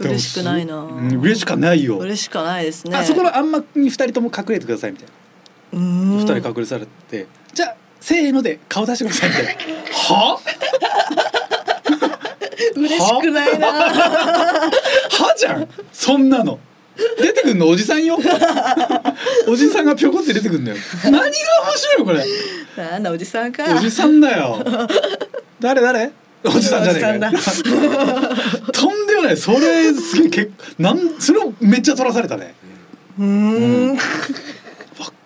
Speaker 3: 嬉しくないな
Speaker 1: うん嬉しくはないよ
Speaker 3: 嬉しくはないですね
Speaker 1: あそこのあんまに2人とも隠れてくださいみたいな
Speaker 3: うーん
Speaker 1: 2人隠れされてじゃあせーので顔出してくださいみたいな は
Speaker 3: 嬉しくないな
Speaker 1: はじゃんそんなの出てくんのおじさ んよおじさんがぴょこって出てくんだよ何が面白いのこれ
Speaker 3: なんだおじさんか
Speaker 1: おじさんだよ誰誰おじさんじゃねえかよ
Speaker 3: おじ
Speaker 1: とんでもないそれすげえけなんそれをめっちゃ取らされたね
Speaker 3: うーん
Speaker 1: わ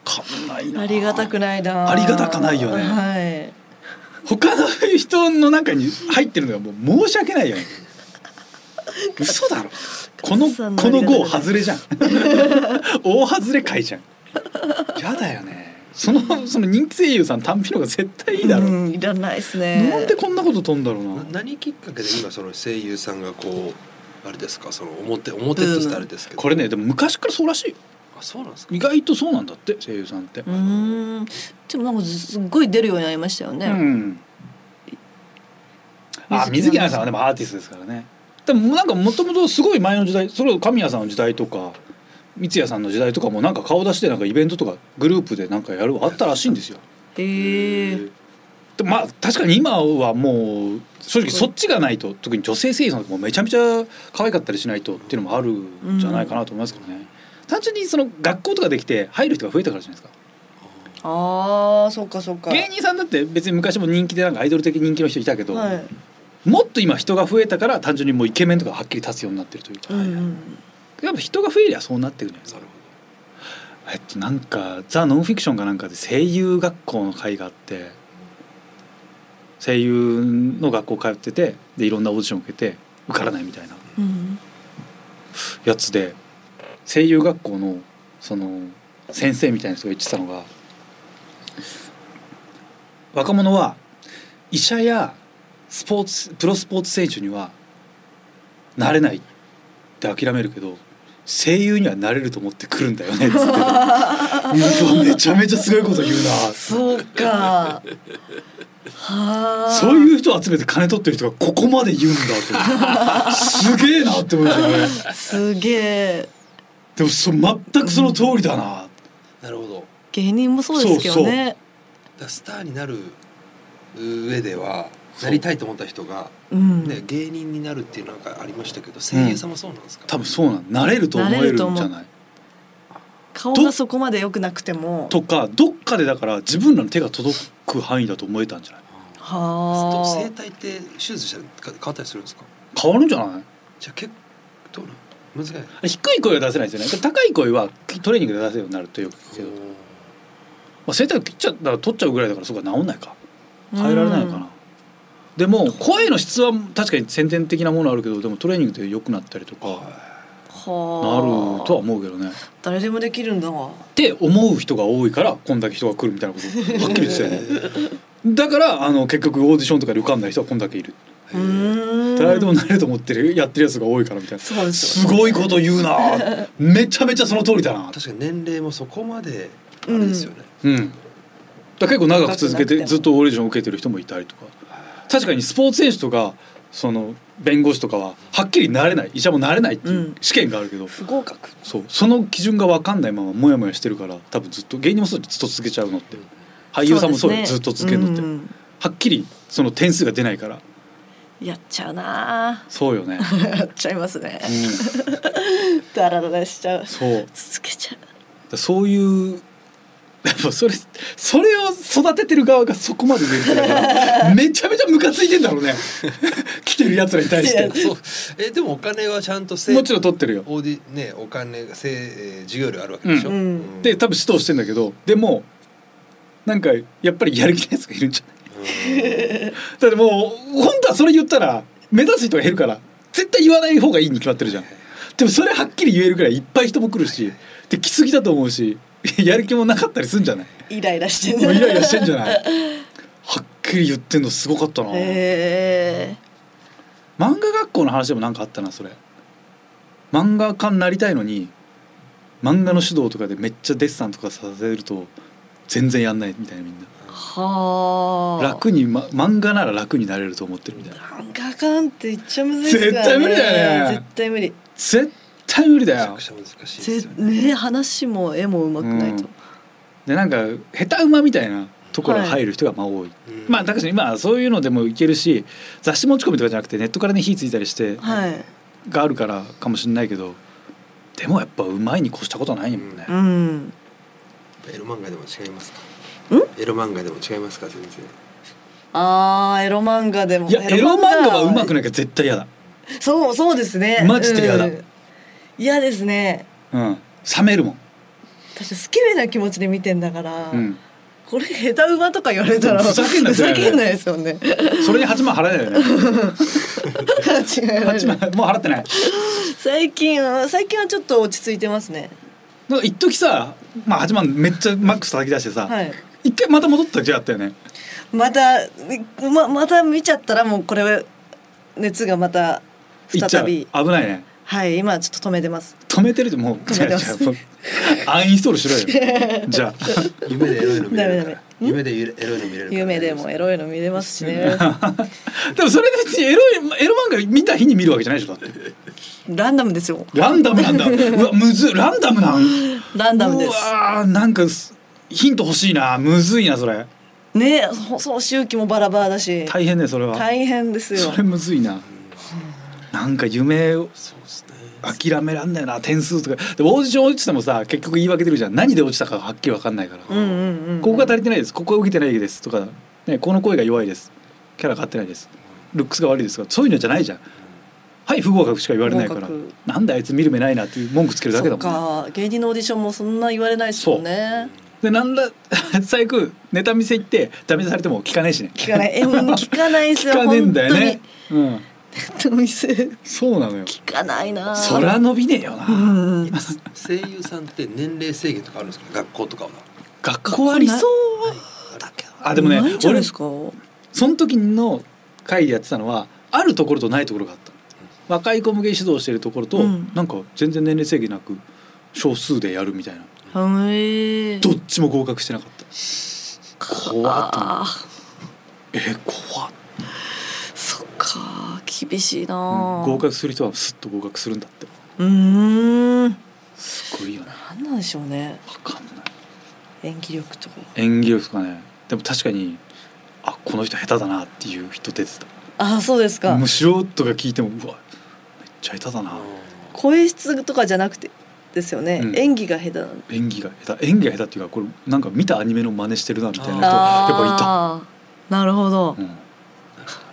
Speaker 1: かんないな
Speaker 3: ありがたくないな
Speaker 1: ありがたかないよね
Speaker 3: はい
Speaker 1: 他の人の中に入ってるのがもう申し訳ないよね嘘だろこの
Speaker 3: カズさんの
Speaker 1: この
Speaker 3: ありがたく
Speaker 1: 号
Speaker 3: ない
Speaker 1: 外れ じゃん大外れ会じゃんやだよねそのその人気声優さん単品の方が絶対いいだろ、
Speaker 3: うんいらないですね
Speaker 1: なんでこんなこと飛んだろうな
Speaker 4: な何きっかけで今その声優さんがこうあれですかその表表としてあれですけど、
Speaker 1: これねでも昔からそうらしいよ
Speaker 4: あそうなんですか
Speaker 1: 意外とそうなんだって声優さんって
Speaker 3: うーんでもなんかすっごい出るようになりましたよね、
Speaker 1: うん。あ、水
Speaker 3: 水
Speaker 1: 木
Speaker 3: 木
Speaker 1: 奈々
Speaker 3: 奈々
Speaker 1: さんは
Speaker 3: さん
Speaker 1: でもアーティストですからね。でもなんかもともとすごい前の時代、それこそ神谷さんの時代とか。三ツ矢さんの時代とかもなんか顔出してなんかイベントとかグループでなんかやるあったらしいんですよ。
Speaker 3: へえ
Speaker 1: でまあ確かに今はもう正直そっちがないと特に女性声優さんとかもめちゃめちゃ可愛かったりしないとっていうのもあるんじゃないかなと思いますけどね。単純にその学校とかできて入る人が増えたからじゃないですか。
Speaker 3: あーそっかそっか
Speaker 1: 芸人さんだって別に昔も人気でなんかアイドル的人気の人いたけど、
Speaker 3: はい、
Speaker 1: もっと今人が増えたから単純にもうイケメンとかはっきり立つようになってるというか、
Speaker 3: うんうん、
Speaker 1: やっぱ人が増えりゃそうなってくるんです
Speaker 4: な
Speaker 1: か
Speaker 4: る
Speaker 1: えっとなんかザ・ノンフィクションかなんかで声優学校の会があって声優の学校通っててでいろんなオーディション受けて受からないみたいな
Speaker 3: うん、
Speaker 1: やつで声優学校のその先生みたいな人が言ってたのが若者は医者やスポーツプロスポーツ選手にはなれないって諦めるけど声優にはなれると思って来るんだよねっつってうわめちゃめちゃすごいこと言うな
Speaker 3: そう か。はあ。
Speaker 1: そう
Speaker 3: う。
Speaker 1: いう人を集めて金取ってる人がここまで言うんだってすげえなって思いましたね
Speaker 3: すげえ。
Speaker 1: でもそ全くその通りだな、
Speaker 4: ほどなるほどだか
Speaker 3: 芸人もそうですけどね。
Speaker 4: らスターになる上では
Speaker 1: そう
Speaker 4: なりたいと思った人が、
Speaker 3: うん。
Speaker 4: ね、芸人になるっていうのがありましたけど声優さんもそうなんですか、
Speaker 1: 多分そうなんなれると思えるんじゃ
Speaker 3: なれると思
Speaker 1: ない
Speaker 3: 顔がそこまで良くなくても。
Speaker 1: とかどっかでだから自分らの手が届く範囲だと思えたんじゃない
Speaker 3: は
Speaker 4: そう
Speaker 3: あ
Speaker 4: 声。帯って手術したら変わったりするんですか
Speaker 1: 変わるんじゃない
Speaker 4: じゃあ結構どうなの難しい
Speaker 1: 低い声は出せないですよね高い声はトレーニングで出せるようになるとよく聞くけど、まあ、声帯を切っちゃったら取っちゃうぐらいだからそうか治んないか変えられないのかな、でも声の質は確かに先天的なものあるけどでもトレーニングで良くなったりとかなる
Speaker 3: はあ。
Speaker 1: とは思うけどね
Speaker 3: 誰でもできるんだ。
Speaker 1: って思う人が多いからこんだけ人が来るみたいなことはっきり言ってたよ ねだからあの結局オーディションとかで受かんない人はこんだけいる
Speaker 3: うーん。
Speaker 1: 誰でもなれると思ってるやってるやつが多いからみたいな
Speaker 3: そうです
Speaker 1: す
Speaker 3: よ。
Speaker 1: ごいこと言うなめちゃめちゃその通りだな
Speaker 4: 確かに年齢もそこまであれですよね、
Speaker 1: うんだから結構長く続け
Speaker 3: 長くなくて
Speaker 1: て
Speaker 3: も
Speaker 1: ずっとオーディション受けてる人もいたりとか確かにスポーツ選手とかその弁護士とかははっきりなれない医者もなれないっていううん試験があるけど、
Speaker 3: 不合格。
Speaker 1: そうその基準が分かんないままモヤモヤしてるから多分ずっと芸人もそうでずっと続けちゃうのって俳優さんもそうで
Speaker 3: です
Speaker 1: ず
Speaker 3: ね
Speaker 1: っと続けるのって、
Speaker 3: うん
Speaker 1: はっきりその点数が出ないから
Speaker 3: やっちゃうな。
Speaker 1: そうよね、
Speaker 3: やっちゃいますね。
Speaker 1: うん、
Speaker 3: だらだらしちゃう。
Speaker 1: そう
Speaker 3: 続けちゃう。
Speaker 1: だそういう やっぱそれそれを育ててる側がそこまで出るからめちゃめちゃムカついてんだろうね 来てるやつらに対し
Speaker 3: い
Speaker 1: て
Speaker 3: や
Speaker 4: そうえでもお金はちゃんとせ
Speaker 1: もちろん取ってるよ
Speaker 4: オーディねお金がせえー授業料あるわけでしょ、
Speaker 1: うんで多分指導してんだけどでもなんかやっぱりやる気ないやつがいるんじゃない だってもう本当はそれ言ったら目指す人が減るから絶対言わない方がいいに決まってるじゃんでもそれはっきり言えるくらいいっぱい人も来るしで来すぎだと思うしやる気もなかったりするんじゃない
Speaker 3: イライラして
Speaker 1: もうイライラして
Speaker 3: る。
Speaker 1: んじゃないはっきり言ってんのすごかったな、
Speaker 3: ええ。
Speaker 1: 漫画学校の話でもなんかあったなそれ漫画家になりたいのに漫画の指導とかでめっちゃデッサンとかさせると全然やんないみたいなみんな
Speaker 4: うん
Speaker 3: はあ
Speaker 1: 楽に、ま、漫画なら楽になれると思ってるみたいな
Speaker 3: 漫画館っていっちゃむずいですか
Speaker 1: 絶対
Speaker 3: らね
Speaker 1: 無理だよね
Speaker 3: 絶対無理
Speaker 1: 絶対無理
Speaker 4: め
Speaker 1: だ
Speaker 4: ちゃ
Speaker 1: よ
Speaker 4: くちゃ難しいです
Speaker 3: ぜ
Speaker 4: よね
Speaker 3: ね話も絵もうまくないと、
Speaker 1: でなんか下手馬みたいなところに入る人がまあ多い、
Speaker 4: うん
Speaker 1: まあ確かにまあそういうのでもいけるし雑誌持ち込みとかじゃなくてネットからね火ついたりして
Speaker 3: はい
Speaker 1: があるからかもしれないけどでもやっぱうまいに越したことはないもんね、
Speaker 3: うん
Speaker 4: エロ漫画でも違いますか
Speaker 3: ん
Speaker 4: エロ漫画でも違いますか全然
Speaker 3: あーエロ漫画でも
Speaker 1: いやエロ漫画はうまく
Speaker 3: ない
Speaker 1: ないから絶対嫌だ
Speaker 3: そうそうですね
Speaker 1: マジで嫌だ
Speaker 3: うん嫌ですね
Speaker 1: うん冷めるもん、
Speaker 3: 私好きめな気持ちで見てんだから、
Speaker 1: うん、
Speaker 3: これ下手馬とか言われたら
Speaker 1: ふざけんな
Speaker 3: ふ
Speaker 1: って
Speaker 3: ざ
Speaker 1: なる
Speaker 3: けんないですよ ね違い
Speaker 1: それに8万払えないよ ね
Speaker 3: ます
Speaker 1: 8万もう払ってない
Speaker 3: 最近は最近はちょっと落ち着いてますね
Speaker 1: なんか一時さ、まあ、8万めっちゃマックス叩き出してさ、
Speaker 3: はい
Speaker 1: 一回また戻った時あったよね
Speaker 3: またままた見ちゃったらもうこれは熱がまた
Speaker 1: 行っちゃ
Speaker 3: 再
Speaker 1: う危
Speaker 3: び
Speaker 1: ないね
Speaker 3: はい今ちょっと止めてます
Speaker 1: 止めてるともう
Speaker 3: 止めてます
Speaker 1: 違う違うもうアンインストールしろよ じゃ
Speaker 4: 夢でエロいの見れる
Speaker 3: ダ
Speaker 4: か
Speaker 3: メ
Speaker 4: ら夢でエロいの見れるから
Speaker 3: 夢でもエロいの見れます しね
Speaker 1: あでもそれ別にエロいエロ漫画見た日に見るわけじゃないでしょだって
Speaker 3: ランダムですよ
Speaker 1: ランダムなんだうわむずいランダムなん
Speaker 3: ランダムです
Speaker 1: うわーなんかすヒント欲しいなむずいなそれ
Speaker 3: ねそそう周期もバラバラだし
Speaker 1: 大変ねそれは
Speaker 3: 大変ですよ
Speaker 1: それむずいななんか夢を
Speaker 4: そうですね
Speaker 1: 諦めらんないな点数とかでオーディション落ちてもさ結局言い訳出るじゃん何で落ちたかはっきり分かんないから、
Speaker 3: うんうんうん
Speaker 1: ここが足りてないですここが受けてないですとか、ね、この声が弱いですキャラが合ってないですルックスが悪いですとかそういうのじゃないじゃん、はい不合格しか言われないから
Speaker 3: 不合格
Speaker 1: なんであいつ見る目ないなっていう文句つけるだけだもんね
Speaker 3: そっか芸人のオーディションもそんな言われないですもんね
Speaker 1: でなんだ 最悪ネタ見せ行ってダメ出されても聞かないしね
Speaker 3: 聞かないえもう聞かないで す
Speaker 1: 聞
Speaker 3: よ
Speaker 1: かねえんだよねうん
Speaker 3: 本当に聞
Speaker 1: そうなのよ
Speaker 3: かないな
Speaker 1: そりゃ伸びねえよ
Speaker 3: う
Speaker 1: なん
Speaker 3: うん
Speaker 4: 声優さんって年齢制限とかあるんですか学校とかは
Speaker 1: 学校ありそう
Speaker 4: だけど
Speaker 1: あでもね
Speaker 3: ないんじゃな
Speaker 1: 俺
Speaker 3: いですか
Speaker 1: その時の会でやってたのはあるところとないところがあった若い子向け指導してるところと、
Speaker 3: うん
Speaker 1: なんか全然年齢制限なく少数でやるみたいな
Speaker 3: はい
Speaker 1: どっちも合格してなかった怖っと思って
Speaker 3: あ
Speaker 1: えー怖っ、
Speaker 3: ーそっか厳しいな、
Speaker 1: うん合格する人はスッと合格するんだって
Speaker 3: うーんな
Speaker 1: すごいよね
Speaker 3: んなんでしょうね
Speaker 1: 分かんない
Speaker 3: 演技力とか
Speaker 1: 演技力ですかねでも確かにあこの人下手だなっていう人出て
Speaker 3: あーそうです
Speaker 1: た
Speaker 3: か
Speaker 1: もう素人が聞いてもうわめっちゃ下手だな
Speaker 3: 声質とかじゃなくてですよね、
Speaker 1: うん
Speaker 3: 演技が下手なみ
Speaker 1: 演技が下手演技が下手っていうかこれなんか見たアニメの真似してるなみたいな人やっぱいた
Speaker 3: なるほど、
Speaker 1: うん、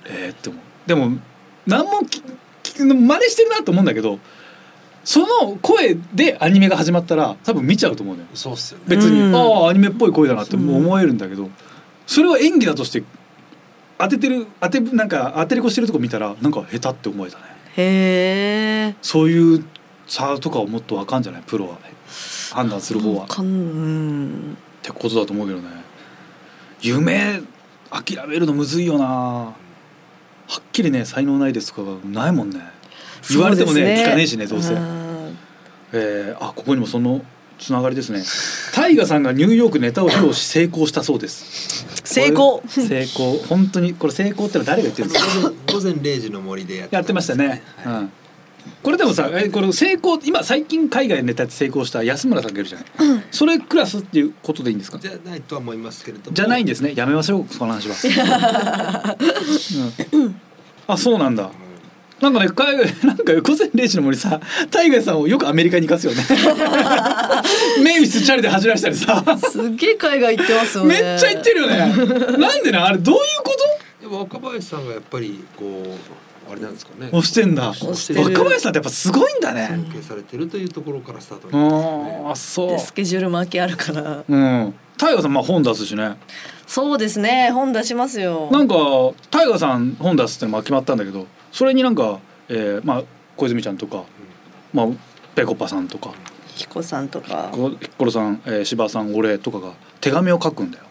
Speaker 1: えー、って思うでも何もきき真似してるなと思うんだけどその声でアニメが始まったら多分見ちゃうと思うのよ
Speaker 4: そうっすよね
Speaker 1: 別に、
Speaker 3: うん
Speaker 1: ああアニメっぽい声だなって
Speaker 3: うん
Speaker 1: 思えるんだけどそれを演技だとして当ててる当てなんか当てりこしてるとこ見たらなんか下手って思えたね
Speaker 3: へえ
Speaker 1: そういう差とかをもっとわかんじゃないプロは判断する方は。
Speaker 3: かんうん
Speaker 1: ってことだと思うけどね夢諦めるのむずいよなはっきりね才能ないですとかないもんね言われてもね
Speaker 3: そうです
Speaker 1: 聞かねえしねどうせ
Speaker 3: ん
Speaker 1: えーあここにもそのつながりですねタイガさんがニューヨークネタを披露し成功したそうです
Speaker 3: 成功
Speaker 1: これ成功本当にこれ成功ってのは誰が言ってるんですか
Speaker 4: 午前0時の森でやっ
Speaker 1: やってましたね、うんこれでもさえこれ成功今最近海外ネタで成功した安村さんがいるじゃない、それクラスっていうことでいいんですか
Speaker 4: じゃないとは思いますけれども
Speaker 1: じゃないんですね。やめましょう。その話は。うんあ、そうなんだ。なんかね、海外、 なんか午前0時の森さ、タイガーさんをよくアメリカに行かす よね。メイビスチャリで走らしたりさ、
Speaker 3: すっげえ海外行ってますよね
Speaker 1: めっちゃ行ってるよね。なんでな、あれどういうこ
Speaker 4: でも若林さんがやっぱりこうあれなんですかね
Speaker 1: と。押してんだ。若
Speaker 4: 押して
Speaker 3: る
Speaker 1: 林さんってやっぱすごいんだね。
Speaker 4: 尊敬されてるというところからスタート
Speaker 1: あ
Speaker 4: なん
Speaker 1: ー、
Speaker 4: です
Speaker 1: そ
Speaker 3: でスケジュール巻きあるから
Speaker 1: う。うん。タイガーさんまあ本出すしね。
Speaker 3: そうですね本出しますよ
Speaker 1: なんかタイガーさん本出すってのも決まったんだけどそれになんか、えーまあ、小泉ちゃんとか、まあ、ペコパさんとか
Speaker 3: 彦さんとか
Speaker 1: こヒッコロさん、えー、柴さん俺とかが手紙を書くんだよ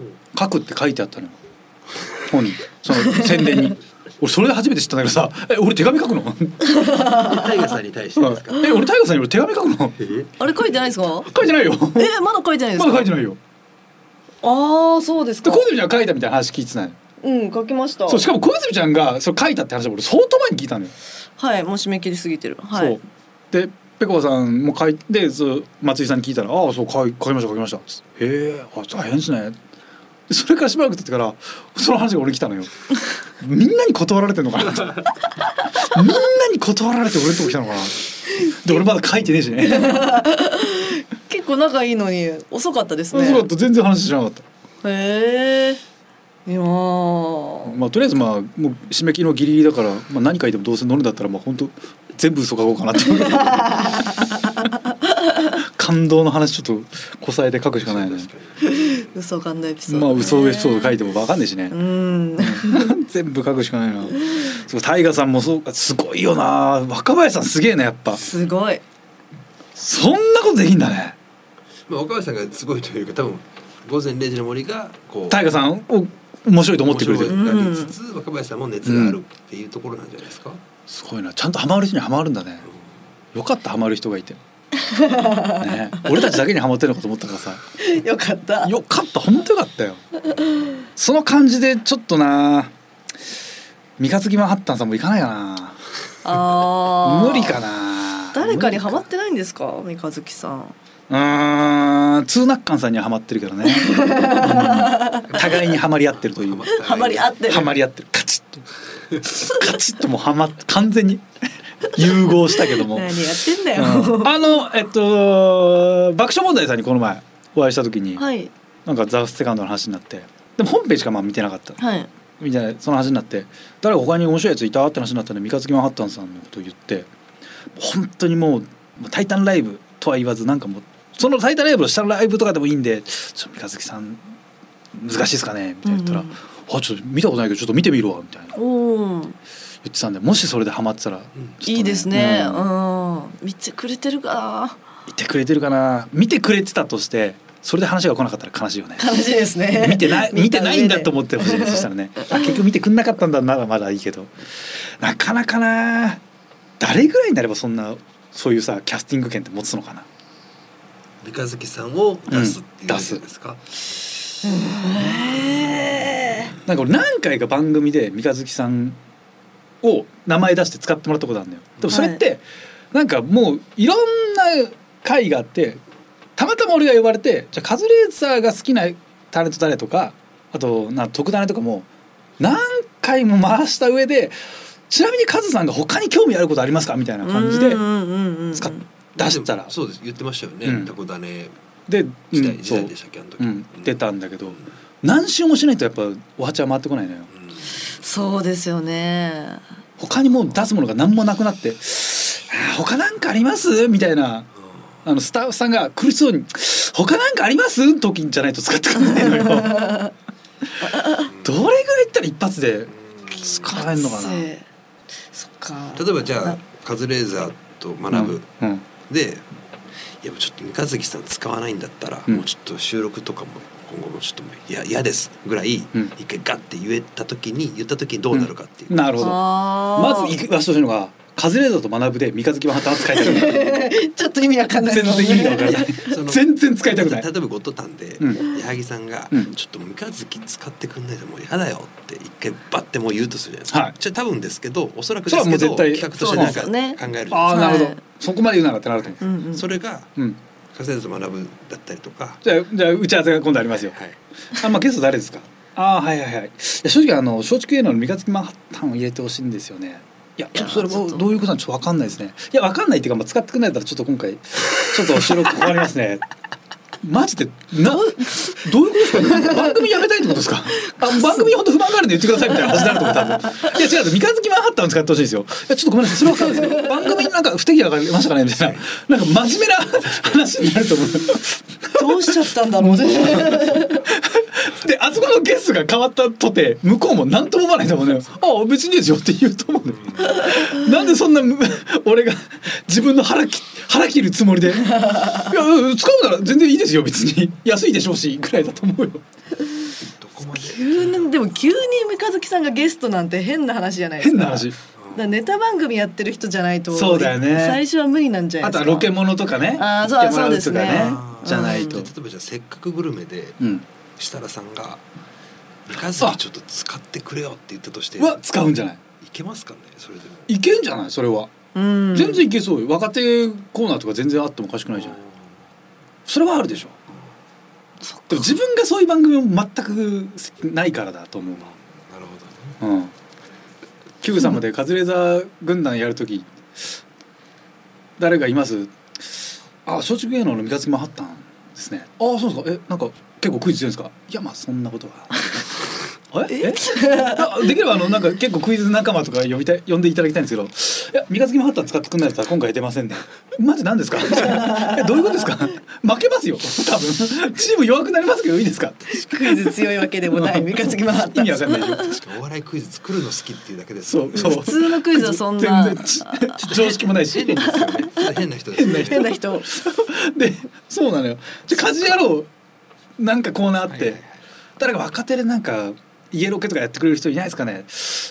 Speaker 4: よね
Speaker 1: 書くって書いてあったのよ本にその宣伝に 俺それで初めて知ったんだけどさ「え俺手紙書くの?うん」
Speaker 4: タイガーさんに対して ですか
Speaker 1: え俺タイガーさんに俺手紙書くの?」
Speaker 4: え
Speaker 3: あれ書いてないですか
Speaker 1: 書いてないよ
Speaker 3: えまだ書いてないです
Speaker 1: ま
Speaker 3: か
Speaker 1: だ書いてないよ
Speaker 3: ああそうです
Speaker 1: で
Speaker 3: か
Speaker 1: 小泉ちゃんが書いたみたいな話聞いてない
Speaker 3: うん書きました
Speaker 1: そうしかも小泉ちゃんがそれ書いたって話は俺相当前に聞いたのよ、
Speaker 3: はいもう締め切りすぎてるはい
Speaker 1: そうでぺこぱさんも書いてそう松井さんに聞いたら「ああそう書い書きました書きました」つってへえあ大変ですね」でそれからしばらく経ってからその話が俺に来たのよみんなに断られてんのかなとみんなに断られて俺のとこ来たのかなで俺まだ書いてねえしね
Speaker 3: 結構仲いいのに遅かったですね
Speaker 1: そうだった全然話しなかった
Speaker 3: へえいやー
Speaker 1: まあとりあえずまあもう締め切りのギリギリだから、まあ、何書いてもどうせ乗るんだったらまあ本当全部嘘書こうかな って思って感動の話ちょっとこさえて書くしかないね
Speaker 3: 嘘かんだエピソード、
Speaker 1: まあ嘘エピソード書い
Speaker 3: て
Speaker 1: ても分かんないしね
Speaker 3: うん
Speaker 1: 全部書くしかないなそうタイガさんもそうかすごいよな若林さんすげえなやっぱ
Speaker 3: すごい
Speaker 1: そんなことできんだね
Speaker 4: まあ、若林さんがすごいというか多分「午前0時の森」がこう
Speaker 1: タイガさんを面白いと思ってくれて
Speaker 4: 面
Speaker 1: る
Speaker 4: 白いとやりつつ、若林さんも熱があるっていうところなんじゃないですか、
Speaker 1: すごいなちゃんとハマる人にはまるんだねよかったハマる人がい て、ね、俺たちだけにハマってるのかと思ったからさ
Speaker 3: よかった
Speaker 1: よかった本当よかったよその感じでちょっとな三日月マンハッタンさんも行かないかな
Speaker 3: あー
Speaker 1: 無理かな
Speaker 3: 誰かにハマっててないんですか三日月さん
Speaker 1: うーん通ナッカンさんにはハマってるけどね、 うん互いにハマり合ってるという
Speaker 3: ハマり合ってる
Speaker 1: ハマり合ってるカチッとカチッともうハマっ完全に融合したけども
Speaker 3: 何やってんだ
Speaker 1: う
Speaker 3: よ、
Speaker 1: んあのえっと爆笑問題さんにこの前お会いした時に、
Speaker 3: はい
Speaker 1: なんか「ザ・セカンドの話になってでも本編しかまあ見てなかった
Speaker 3: はい
Speaker 1: みたいなその話になって誰か他に面白いやついたって話になったんで三日月マンハッタンさんのことを言って本当にもう「タイタンライブ」とは言わずなんかもうその「タイタンライブ」の下のライブとかでもいいんで「ちょっと三日月さん難しいですかね」みたいな言ったら「
Speaker 3: うん
Speaker 1: あちょっと見たことないけどちょっと見てみるわ」みたいな言
Speaker 3: おお
Speaker 1: ってたんでもしそれでハマってたら、
Speaker 4: ん
Speaker 1: ちょっと
Speaker 3: いいですね
Speaker 1: うん
Speaker 3: うん見てくれてるか
Speaker 1: 見てくれてるかな見てくれてたとしてそれで話が来なかったら悲しいよね
Speaker 3: な悲しいですね
Speaker 1: 見て ない見てないんだと
Speaker 3: う
Speaker 1: 思ってほしいねそしたらねあ結局見てくんなかったんだならまだいいけどなかなかな誰ぐらいになればそんなそういうさキャスティング権って持つのかな
Speaker 4: 三日月さんを出すって
Speaker 1: うん
Speaker 4: いうこ
Speaker 1: 出す
Speaker 4: とですか、
Speaker 1: なんか俺何回か番組で三日月さんを名前出して使ってもらったことあるんだよでもそれってなんかもういろんな回があってたまたま俺が呼ばれてじゃあカズレーザーが好きなタレント誰とかあとな特ダネとかも何回も回した上でちなみにカズさんが他に興味あることありますかみたいな感じで使っ出したら
Speaker 4: そうです言ってましたよね、
Speaker 1: うん
Speaker 4: タコだね
Speaker 1: で、う
Speaker 4: 時代
Speaker 1: ん、
Speaker 4: 時
Speaker 1: そ
Speaker 4: 代
Speaker 1: う
Speaker 4: でしたっけあの時、
Speaker 1: うん出たんだけど何周もしないとやっぱおはちは回ってこないのよ。
Speaker 4: うん
Speaker 3: そうですよね
Speaker 1: 他にもう出すものが何もなくなって「あー他なんかあります?」みたいなあのスタッフさんが苦しそうに「他なんかあります?」時じゃないと使ってくれ ないのよ。どれぐらいいったら一発で使えんのかな。
Speaker 3: そっか
Speaker 4: 例えばじゃあカズレーザーと学ぶ、
Speaker 1: うんうん
Speaker 4: でいやちょっと三日月さん使わないんだったら、
Speaker 1: うん
Speaker 4: もうちょっと収録とかも今後もちょっともういや嫌ですぐらい一
Speaker 1: うん
Speaker 4: 回ガッて言えた時に言った時にどうなるかっていう、
Speaker 1: なるほど。ま
Speaker 3: ま
Speaker 1: ず言わせてほしいのがカズレーザーと学ぶで三日月は旗使いたくない
Speaker 3: ちょっと意味わかんない
Speaker 1: 全然意味がわからない
Speaker 4: その
Speaker 1: 全然使いたくない
Speaker 4: 例えばゴッドタンで、
Speaker 1: うん
Speaker 4: 矢作さんが、
Speaker 1: うん
Speaker 4: ちょっと三日月使ってくんないともう嫌だよって一回バッてもう言うとするじゃないですか、
Speaker 1: はい
Speaker 4: じゃあ多分ですけどおそらく
Speaker 1: そ
Speaker 4: で
Speaker 1: れは
Speaker 4: す
Speaker 1: も
Speaker 4: け
Speaker 1: う
Speaker 4: ど
Speaker 1: 絶対
Speaker 4: 企画としてなんか
Speaker 3: そうですよ
Speaker 4: 考
Speaker 3: ね
Speaker 4: えるじゃ
Speaker 1: ああ
Speaker 4: ないで
Speaker 1: なるほ
Speaker 3: は
Speaker 1: ど
Speaker 3: い。
Speaker 1: そこまで言うならってなると思
Speaker 3: う
Speaker 1: う。
Speaker 3: んうん
Speaker 4: すかそれが
Speaker 1: うん。
Speaker 4: カズレーザーと学ぶだったりとか、
Speaker 1: じゃあじゃあ打ち合わせが今度ありますよ。
Speaker 4: はい、
Speaker 1: あ、まあ、ゲスト誰ですか。あー、はいはいはい。いや正直、あの、松竹芸能の三日月マンハッタンを入れてほしいんですよね。いや、ちょっとそれ
Speaker 3: いやちょ
Speaker 1: も
Speaker 3: っと
Speaker 1: どういうことなんちょっとわかんないですね。いや、わかんないっていうか、まあ、使ってくれないから、ちょっと今回、ちょっと収録変わりますね。 マジで、な、どういうことですか、番組やめたいってことです か。あ、番組に本当不満があるんで言ってくださいみたいな話になると思ったんで。いや、違う、三日月マンハッタンを使ってほしいんですよ。いや、ちょっとごめんなさい、それわかんないですけど、番組になんか不手際がありましたかねみたいな。なんか真面目な話になると思う。
Speaker 3: どうしちゃったんだろうね
Speaker 1: であそこのゲストが変わったとて向こうも何とも思わないと思うのよ「ああ別にいいですよ」 って言うと思うのよなんでそんなむ 俺が自分の腹き腹切るつもり で「いや使うなら全然いいですよ別に安いでしょうし」ぐらいだと思うよ
Speaker 4: どこまで
Speaker 3: 急にでも急に三日月さんがゲストなんて変な話じゃないです
Speaker 1: 変
Speaker 3: か
Speaker 1: な話
Speaker 3: だからネタ番組やってる人じゃないと
Speaker 1: そうだよね
Speaker 3: 最初は無理なんじゃな
Speaker 1: あ
Speaker 3: い
Speaker 1: と
Speaker 3: ですか
Speaker 1: はロケものとかね
Speaker 3: あーそう
Speaker 1: 行ってもらとか
Speaker 3: そうですね
Speaker 1: じゃないと
Speaker 4: 例えばじゃあ「せっかくグルメで」
Speaker 1: うん
Speaker 4: 設楽さんが「三日月ちょっと使ってくれよ」って言ったとしてい
Speaker 1: は使うんじゃない
Speaker 4: けますかねそれでも
Speaker 1: いけんじゃないそれは、
Speaker 3: うん
Speaker 1: 全然いけそうよ若手コーナーとか全然あってもおかしくないじゃないそれはあるでしょでも自分がそういう番組も全くないからだと思う
Speaker 4: なるほど
Speaker 1: な
Speaker 4: ね
Speaker 1: うんキューブ様でカズレーザー軍団やるとき誰がいますあ松竹芸能の三日月マンハッタンですねああそうですかえなんか結構クイズ強いんですかいやまあそんなこと はええ あできればあのなんか結構クイズ仲間とか呼びたい呼んでいただきたいんですけど「いや三日月マンハッタン使ってくんないやつは今回出ませんね」マジ何ですか えどういうことですか負けますよ多分チーム弱くなりますけどいいですか
Speaker 3: クイズ強いわけでも ない三日月マンハッタ
Speaker 1: 意味
Speaker 3: ン
Speaker 1: わかんないよ
Speaker 4: 確かにお笑いクイズ作るの好きっていうだけです
Speaker 1: そうそう
Speaker 3: 普通のクイズはそんな
Speaker 1: 全然ちち常識もないし
Speaker 4: 変ですよねちょっと変な人ですね
Speaker 3: 変な人
Speaker 1: でそうなのよじゃあ「家事やろう」なんかコーナーあって、
Speaker 4: はいはいはい
Speaker 1: 誰か若手でなんか家ロケとかやってくれる人いないですかね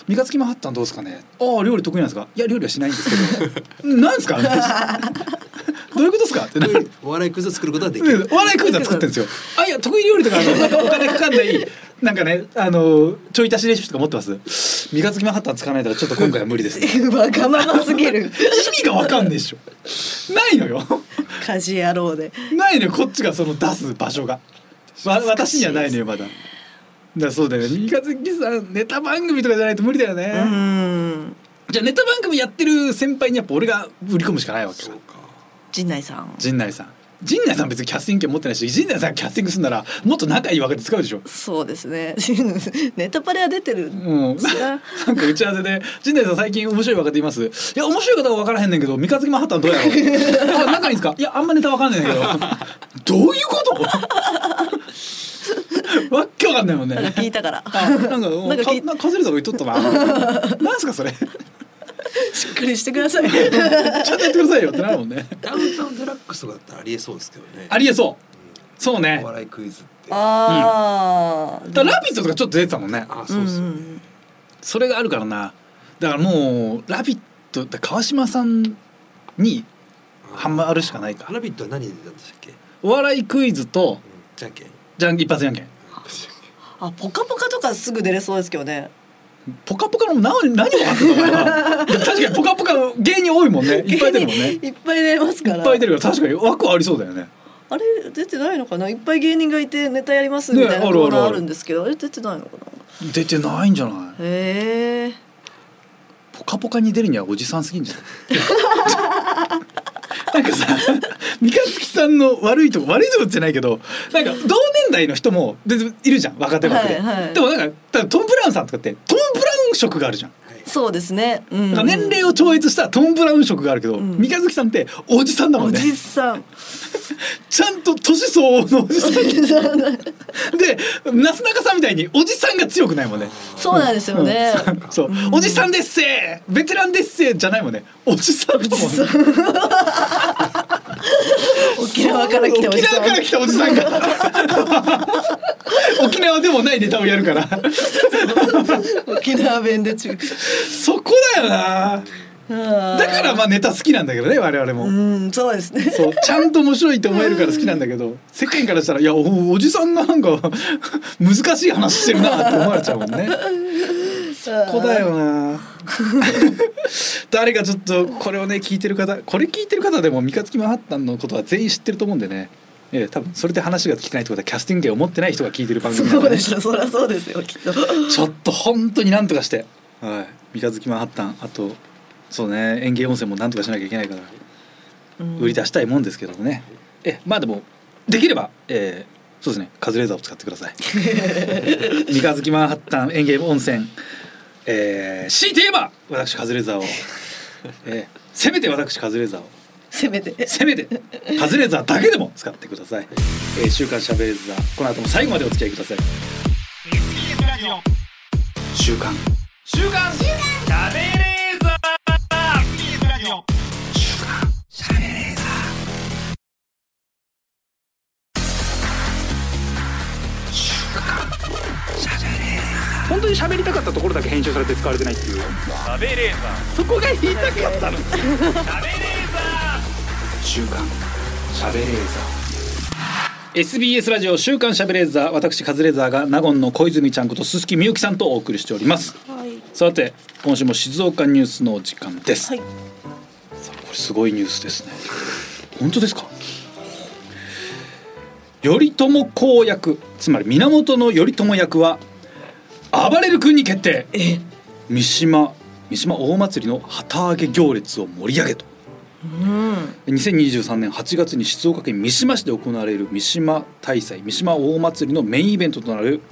Speaker 1: 三日月マンハッタンどうですかねああ料理得意なんですかいや料理はしないんですけ どなんですかどういうことですかってなる
Speaker 4: お笑いクイズを作ることはできる
Speaker 1: でお笑いクイズは作ってるんですよ。あいや得意料理とかあのなんかお金かかんないなんかねあのちょい足しレシピとか持ってます。三日月マンハッタン使わないからちょっと今回は無理です、ね。
Speaker 3: わがまますぎる
Speaker 1: 意味がわかんないでしょ。ないのよ。
Speaker 3: 家事野郎で
Speaker 1: ないのよこっちがその出す場所が。わ私にはないのよまだ。だからそうだよね。三日月さんネタ番組とかじゃないと無理だよね。
Speaker 3: うん
Speaker 1: じゃあネタ番組やってる先輩にやっぱ俺が売り込むしかないわけよ
Speaker 4: そう。か
Speaker 3: 陣内さん
Speaker 1: 陣内さん。陣内さん別にキャスティング権持ってないし陣内さんがキャスティングするならもっと仲いいわけで使うでしょ
Speaker 3: そうですね ネタパレは出てる
Speaker 1: うん、
Speaker 3: そりゃ
Speaker 1: なんか打ち合わせで「陣内さん最近面白い若手います」「いや面白い方は分からへんねんけど三日月マンハッタンどうやろう」あ「仲いいんですか?」「いやあんまネタ分かんないんだけど」どういうことわっけわかんないもんね
Speaker 3: なんか聞いたから
Speaker 1: あなんかな
Speaker 3: な
Speaker 1: ん
Speaker 3: んか
Speaker 1: か
Speaker 3: 聞い
Speaker 1: なんかカズレーザーが言っとったななんすかそれち
Speaker 3: しっかりしてください
Speaker 1: ゃんとやってくださいよってなるもんね
Speaker 4: ダウンタウンデラックスとかだったらありえそうですけどね
Speaker 1: ありえそうそう
Speaker 4: お
Speaker 1: ね
Speaker 4: 笑いクイズってあ
Speaker 3: ああ、
Speaker 1: だからラビットとかちょっと出てたもんね
Speaker 4: そうですよね、
Speaker 3: ん
Speaker 1: それがあるからなだからもう「ラビット!」だ川島さんにハマるしかないか
Speaker 4: ラビットは何で出たんでしたっけ、うん、
Speaker 1: お笑いクイズと
Speaker 4: じゃんけん
Speaker 1: じゃん一発じゃんけん
Speaker 3: あポカポカとかすぐ出れそうですけどね
Speaker 1: ポカポカの何何を分 かってたのかな確かにポカポカ芸人多いもんねいっぱい出るもんね
Speaker 3: いっぱい出ます
Speaker 1: い
Speaker 3: から
Speaker 1: っぱい出るから確かに枠はありそうだよね
Speaker 3: あれ出てないのかないっぱい芸人がいてネタやりますみ
Speaker 1: ね
Speaker 3: たいな
Speaker 1: あるある
Speaker 3: コーナー
Speaker 1: あ
Speaker 3: あ
Speaker 1: る
Speaker 3: るんですけどあれ出てないのかな
Speaker 1: 出てないんじゃない
Speaker 3: へえ
Speaker 1: ポカポカに出るにはおじさんすぎん じゃないなんかさ三日月さんの悪いとこ悪いとこじゃないけどなんか同年代の人も別にいるじゃん若手枠で、
Speaker 3: はいはい
Speaker 1: でもなんか多分トム・ブラウンさんとかってトム・ブラウン色があるじゃん
Speaker 3: そうですね、うん、
Speaker 1: なんか年齢を超越したトム・ブラウン色があるけど、
Speaker 3: ん
Speaker 1: 三日月さんっておじさんだも
Speaker 3: お
Speaker 1: んね
Speaker 3: じさん
Speaker 1: ちゃんと年相応のおじさん でなすなかさんみたいにおじさんが強くないもんね
Speaker 3: そうなんですよね、
Speaker 1: うんそうおじさんですせーベテランですせーじゃないもんねおじさんだもんね
Speaker 3: 沖縄から来たおじ
Speaker 1: 沖
Speaker 3: さ
Speaker 1: 縄
Speaker 3: ん
Speaker 1: から来たおじさんが 沖縄でもないネタをやるから
Speaker 3: 沖縄弁で中
Speaker 1: そこだよな
Speaker 3: だ
Speaker 1: だからまあネタ好きなんだけどね我々も、
Speaker 3: うんそうですね
Speaker 1: そうちゃんと面白いって思えるから好きなんだけど世間からしたらいやおおじさんがなんか難しい話してるなって思われちゃうもんね。
Speaker 3: そ
Speaker 1: ここだよな 誰かちょっとこれをね聞いてる方これ聞いてる方でも三日月マンハッタンのことは全員知ってると思うんでね、ええ、多分それで話が聞けないってことはキャスティング権を持ってない人が聞いてる番組なん
Speaker 3: そう
Speaker 1: で
Speaker 3: で
Speaker 1: ね
Speaker 3: しょそりゃそうですよきっ と
Speaker 1: ちょっと本当になんとかして、はい、三日月マンハッタンあとそうね園芸温泉もなんとかしなきゃいけないから売り出したいもんですけどもね、ええまあでもできれば、ええそうですねカズレーザーを使ってくだ さい三日月マンハッタン園芸温泉えー、強いて言えば私カズレーザーを、えー、せめて私カズレーザーを
Speaker 3: せめて
Speaker 1: せめてカズレーザーだけでも使ってください「えー、週刊しゃべれーザー」この後も最後までお付き合いください
Speaker 2: TBS ラジオ
Speaker 1: 「週刊
Speaker 2: 週刊しゃべれーザー TBS ラジオ
Speaker 1: 本当に喋りたかったところだけ編集されて使われてないっていう
Speaker 2: しゃべれーザー
Speaker 1: そこが言いたかったの
Speaker 2: しゃべれーザー
Speaker 1: 週刊しゃべれーザー SBS ラジオ週刊しゃべレーザー私カズレーザーが納言の小泉ちゃんこと鈴木みゆきさんとお送りしております
Speaker 3: はい。
Speaker 1: さて今週も静岡ニュースのお時間です、
Speaker 3: はい。
Speaker 1: これすごいニュースですね本当ですか頼朝公役つまり源頼朝役は暴れる君に決定
Speaker 3: え、
Speaker 1: 三島三島大祭りの旗揚げ行列を盛り上げと
Speaker 3: うん。
Speaker 1: 2023年8月に静岡県三島市で行われる三島大祭三島大祭りのメインイベントとなる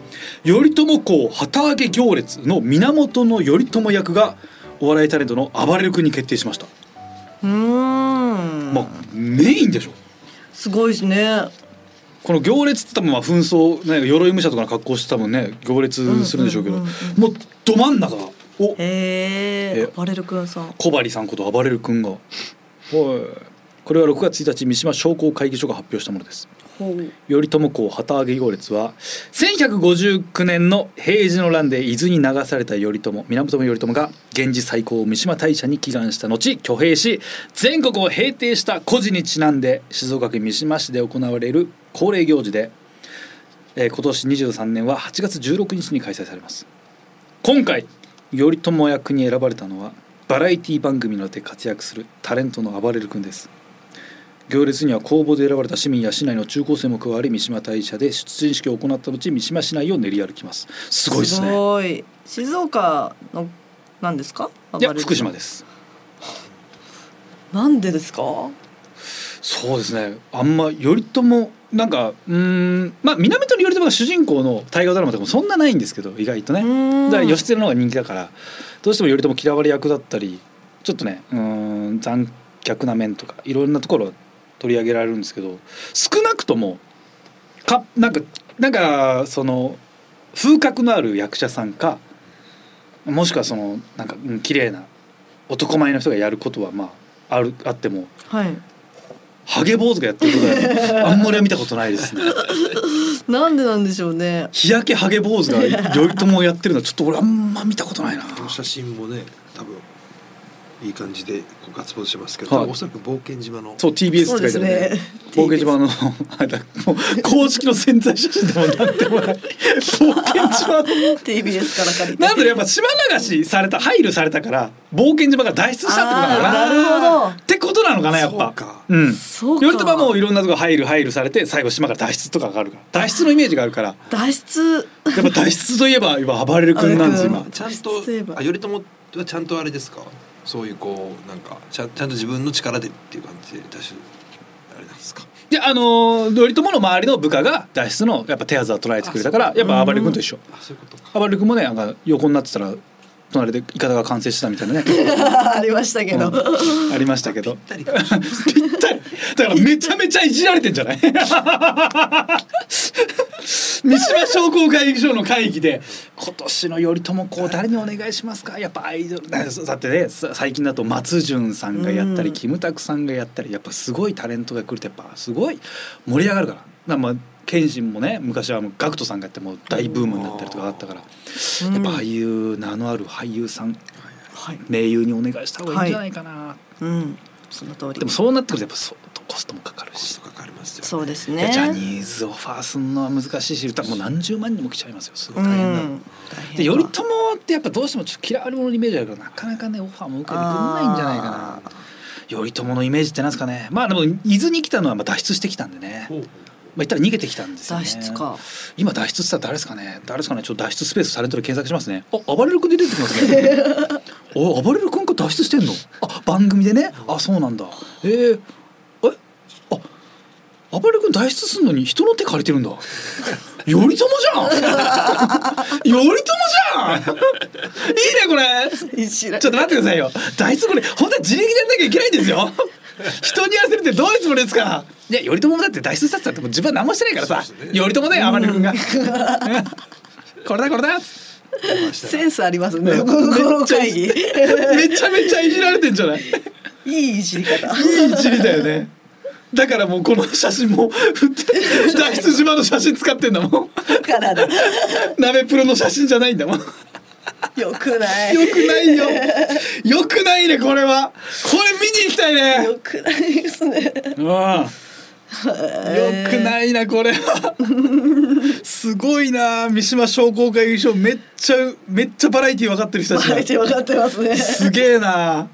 Speaker 1: 頼朝公旗揚げ行列の源頼朝役がお笑いタレントの暴れる君に決定しました、
Speaker 3: うーん。
Speaker 1: まあメインでしょ
Speaker 3: すごいですね。
Speaker 1: この行列って多分まあ紛争、ね、鎧武者とかの格好して多分ね行列するんでしょうけど、
Speaker 3: うんうんうんう
Speaker 1: もうど真ん中を
Speaker 3: へ
Speaker 1: え
Speaker 3: え。バレル君さん。
Speaker 1: 小針さんこと暴れる君がはいこれは6月1日三島商工会議所が発表したものです
Speaker 3: ほう。
Speaker 1: 頼朝公旗揚げ行列は1159年の平治の乱で伊豆に流された頼朝源頼朝が源氏最高を三島大社に祈願した後挙兵し全国を平定した故事にちなんで静岡県三島市で行われる恒例行事で、えー今年23年は8月16日に開催されます今回頼朝役に選ばれたのはバラエティ番組などで活躍するタレントの暴れる君です行列には公募で選ばれた市民や市内の中高生も加わり三島大社で出陣式を行った後三島市内を練り歩きますすごいですね
Speaker 3: ごい静岡の。なんですか。
Speaker 1: いや福島
Speaker 3: で。
Speaker 1: です
Speaker 3: なんでですか。
Speaker 1: そうですねあんま頼朝なんかうーんまあ源頼朝が主人公の大河ドラマとかもそんなないんですけど意外とね
Speaker 3: うん
Speaker 1: だから義経の方が人気だからどうしても頼朝嫌われ役だったりちょっとねうーん残虐な面とかいろんなところ取り上げられるんですけど少なくともかなんかなんかその風格のある役者さんかもしくはそのなんかうん綺麗な男前の人がやることはまああるあっても
Speaker 3: はい。
Speaker 1: ハゲ坊主がやってること はあんまりは見たことないですね。
Speaker 3: なんでなんでしょうね。
Speaker 1: 日焼けハゲ坊主 が頼朝をやってるのはちょっと俺あんま見たことないな。
Speaker 4: この写真もね多分いい感じでこうガッツポーズしてますけど、
Speaker 1: はい
Speaker 4: 多分おそらく冒険島の
Speaker 1: そう TBS って書いてあるね。冒険島のあだもう公式の宣材写真でもなんでも ない。冒険島の
Speaker 3: TBS から借りて。
Speaker 1: なんだろうやっぱ島流しされた配慮されたから冒険島が脱出したってことなのかな。
Speaker 3: あーなるほど
Speaker 1: ってことなのかなやっ
Speaker 4: そ
Speaker 1: ぱ
Speaker 4: うか。
Speaker 1: うん。
Speaker 3: そうか
Speaker 1: 頼朝はもういろんなとこ入る入るされて最後島から脱出とかがあるから脱出のイメージがあるから
Speaker 3: 脱出。
Speaker 1: やっぱ脱出といえば今暴れる君なんです
Speaker 3: 暴れる
Speaker 1: 今
Speaker 3: 君。
Speaker 4: ちゃんとあ
Speaker 3: そういえば
Speaker 4: 頼朝はちゃんとあれですかそういうこうなんかちゃんちゃんと自分の力でっていう感じで出しあれなんですか
Speaker 1: であのー頼朝の周りの部下が脱出のやっぱ手はずは捉えてくれたからやっぱ暴れ君と一緒
Speaker 4: あそういうことか
Speaker 1: 暴れ君もねなんか横になってたら隣でイカダが完成してたみたいなね、
Speaker 3: ありましたけど。
Speaker 1: うんありましたけど
Speaker 4: ぴったりかもしれないです
Speaker 1: ぴったりだからめちゃめちゃいじられてんじゃない 三島商工会議所の会議で今年の頼朝公誰にお願いしますかやっぱアイドルだだってねさ最近だと松潤さんがやったり、
Speaker 3: うん
Speaker 1: キムタクさんがやったりやっぱすごいタレントが来るとやっぱすごい盛り上がるからだからまあ謙信もね昔はもうガクトさんがやってもう大ブームになったりとかあったから、やっぱああいう名のある俳優さん
Speaker 3: はい。
Speaker 1: 名優にお願いした方がいいんじゃないかな、
Speaker 3: うん。その通り。
Speaker 1: でもそうなってくるとやっぱそうコストもかかる
Speaker 4: コス
Speaker 1: し
Speaker 4: トかかりますよね
Speaker 3: そうです
Speaker 1: いや
Speaker 3: ね。
Speaker 1: ジャニーズオファーすんのは難しいし多分もう何十万人も来ちゃいますよすご
Speaker 3: う
Speaker 1: い
Speaker 3: ん
Speaker 1: 大変だ、
Speaker 3: 大変
Speaker 1: で
Speaker 3: だ
Speaker 1: 頼朝ってやっぱどうしてもちょっと嫌われ者のイメージあるからなかなかねオファーも受けてくれないんじゃないかな
Speaker 3: あ
Speaker 1: 頼朝のイメージってなんですかねまあでも伊豆に来たのはまあ脱出してきたんでね
Speaker 4: ほうほう
Speaker 1: まあ言ったら逃げてきたんですよね
Speaker 3: 脱出か。
Speaker 1: 今脱出したら誰ですかね誰ですかねちょっと脱出スペースタレントで検索しますねあ暴れる君で出てきますね お暴れる君が脱出してんのあ番組でねあそうなんだえー、えあ暴れる君脱出するのに人の手借りてるんだ 頼朝じゃん頼朝じゃん いいねこれ
Speaker 3: ちょ
Speaker 1: ちょっと待ってくださいよ。大豆これ本当は自力でやんなきゃいけないんですよ。人にやらせるってどういうつもりですか。いや頼朝もだって大豆させたってもう自分は何もしてないからさ。
Speaker 4: そうですね
Speaker 1: 頼朝だよ天野 君が。これだこれだ。
Speaker 4: 出ました
Speaker 3: センスありますね。
Speaker 1: ね
Speaker 3: この会
Speaker 1: め
Speaker 3: 議。
Speaker 1: ちゃめちゃいじられてんじゃない。い
Speaker 3: いいいじり方。
Speaker 1: いじりだよね。だからもうこの写真も振って脱出島の写真使ってんだもん。
Speaker 3: から だ。
Speaker 1: 鍋プロの写真じゃないん だもん。
Speaker 3: よくない。
Speaker 1: よくないよ。よくないねこれは。これ見に行きたいね。
Speaker 3: よくないですね。
Speaker 1: うんよくないなこれは すごいな三島商工会優勝めっちゃめっちゃバラエティー分かってる人たち
Speaker 3: 相手
Speaker 1: だ
Speaker 3: 分かってますね
Speaker 1: すげえな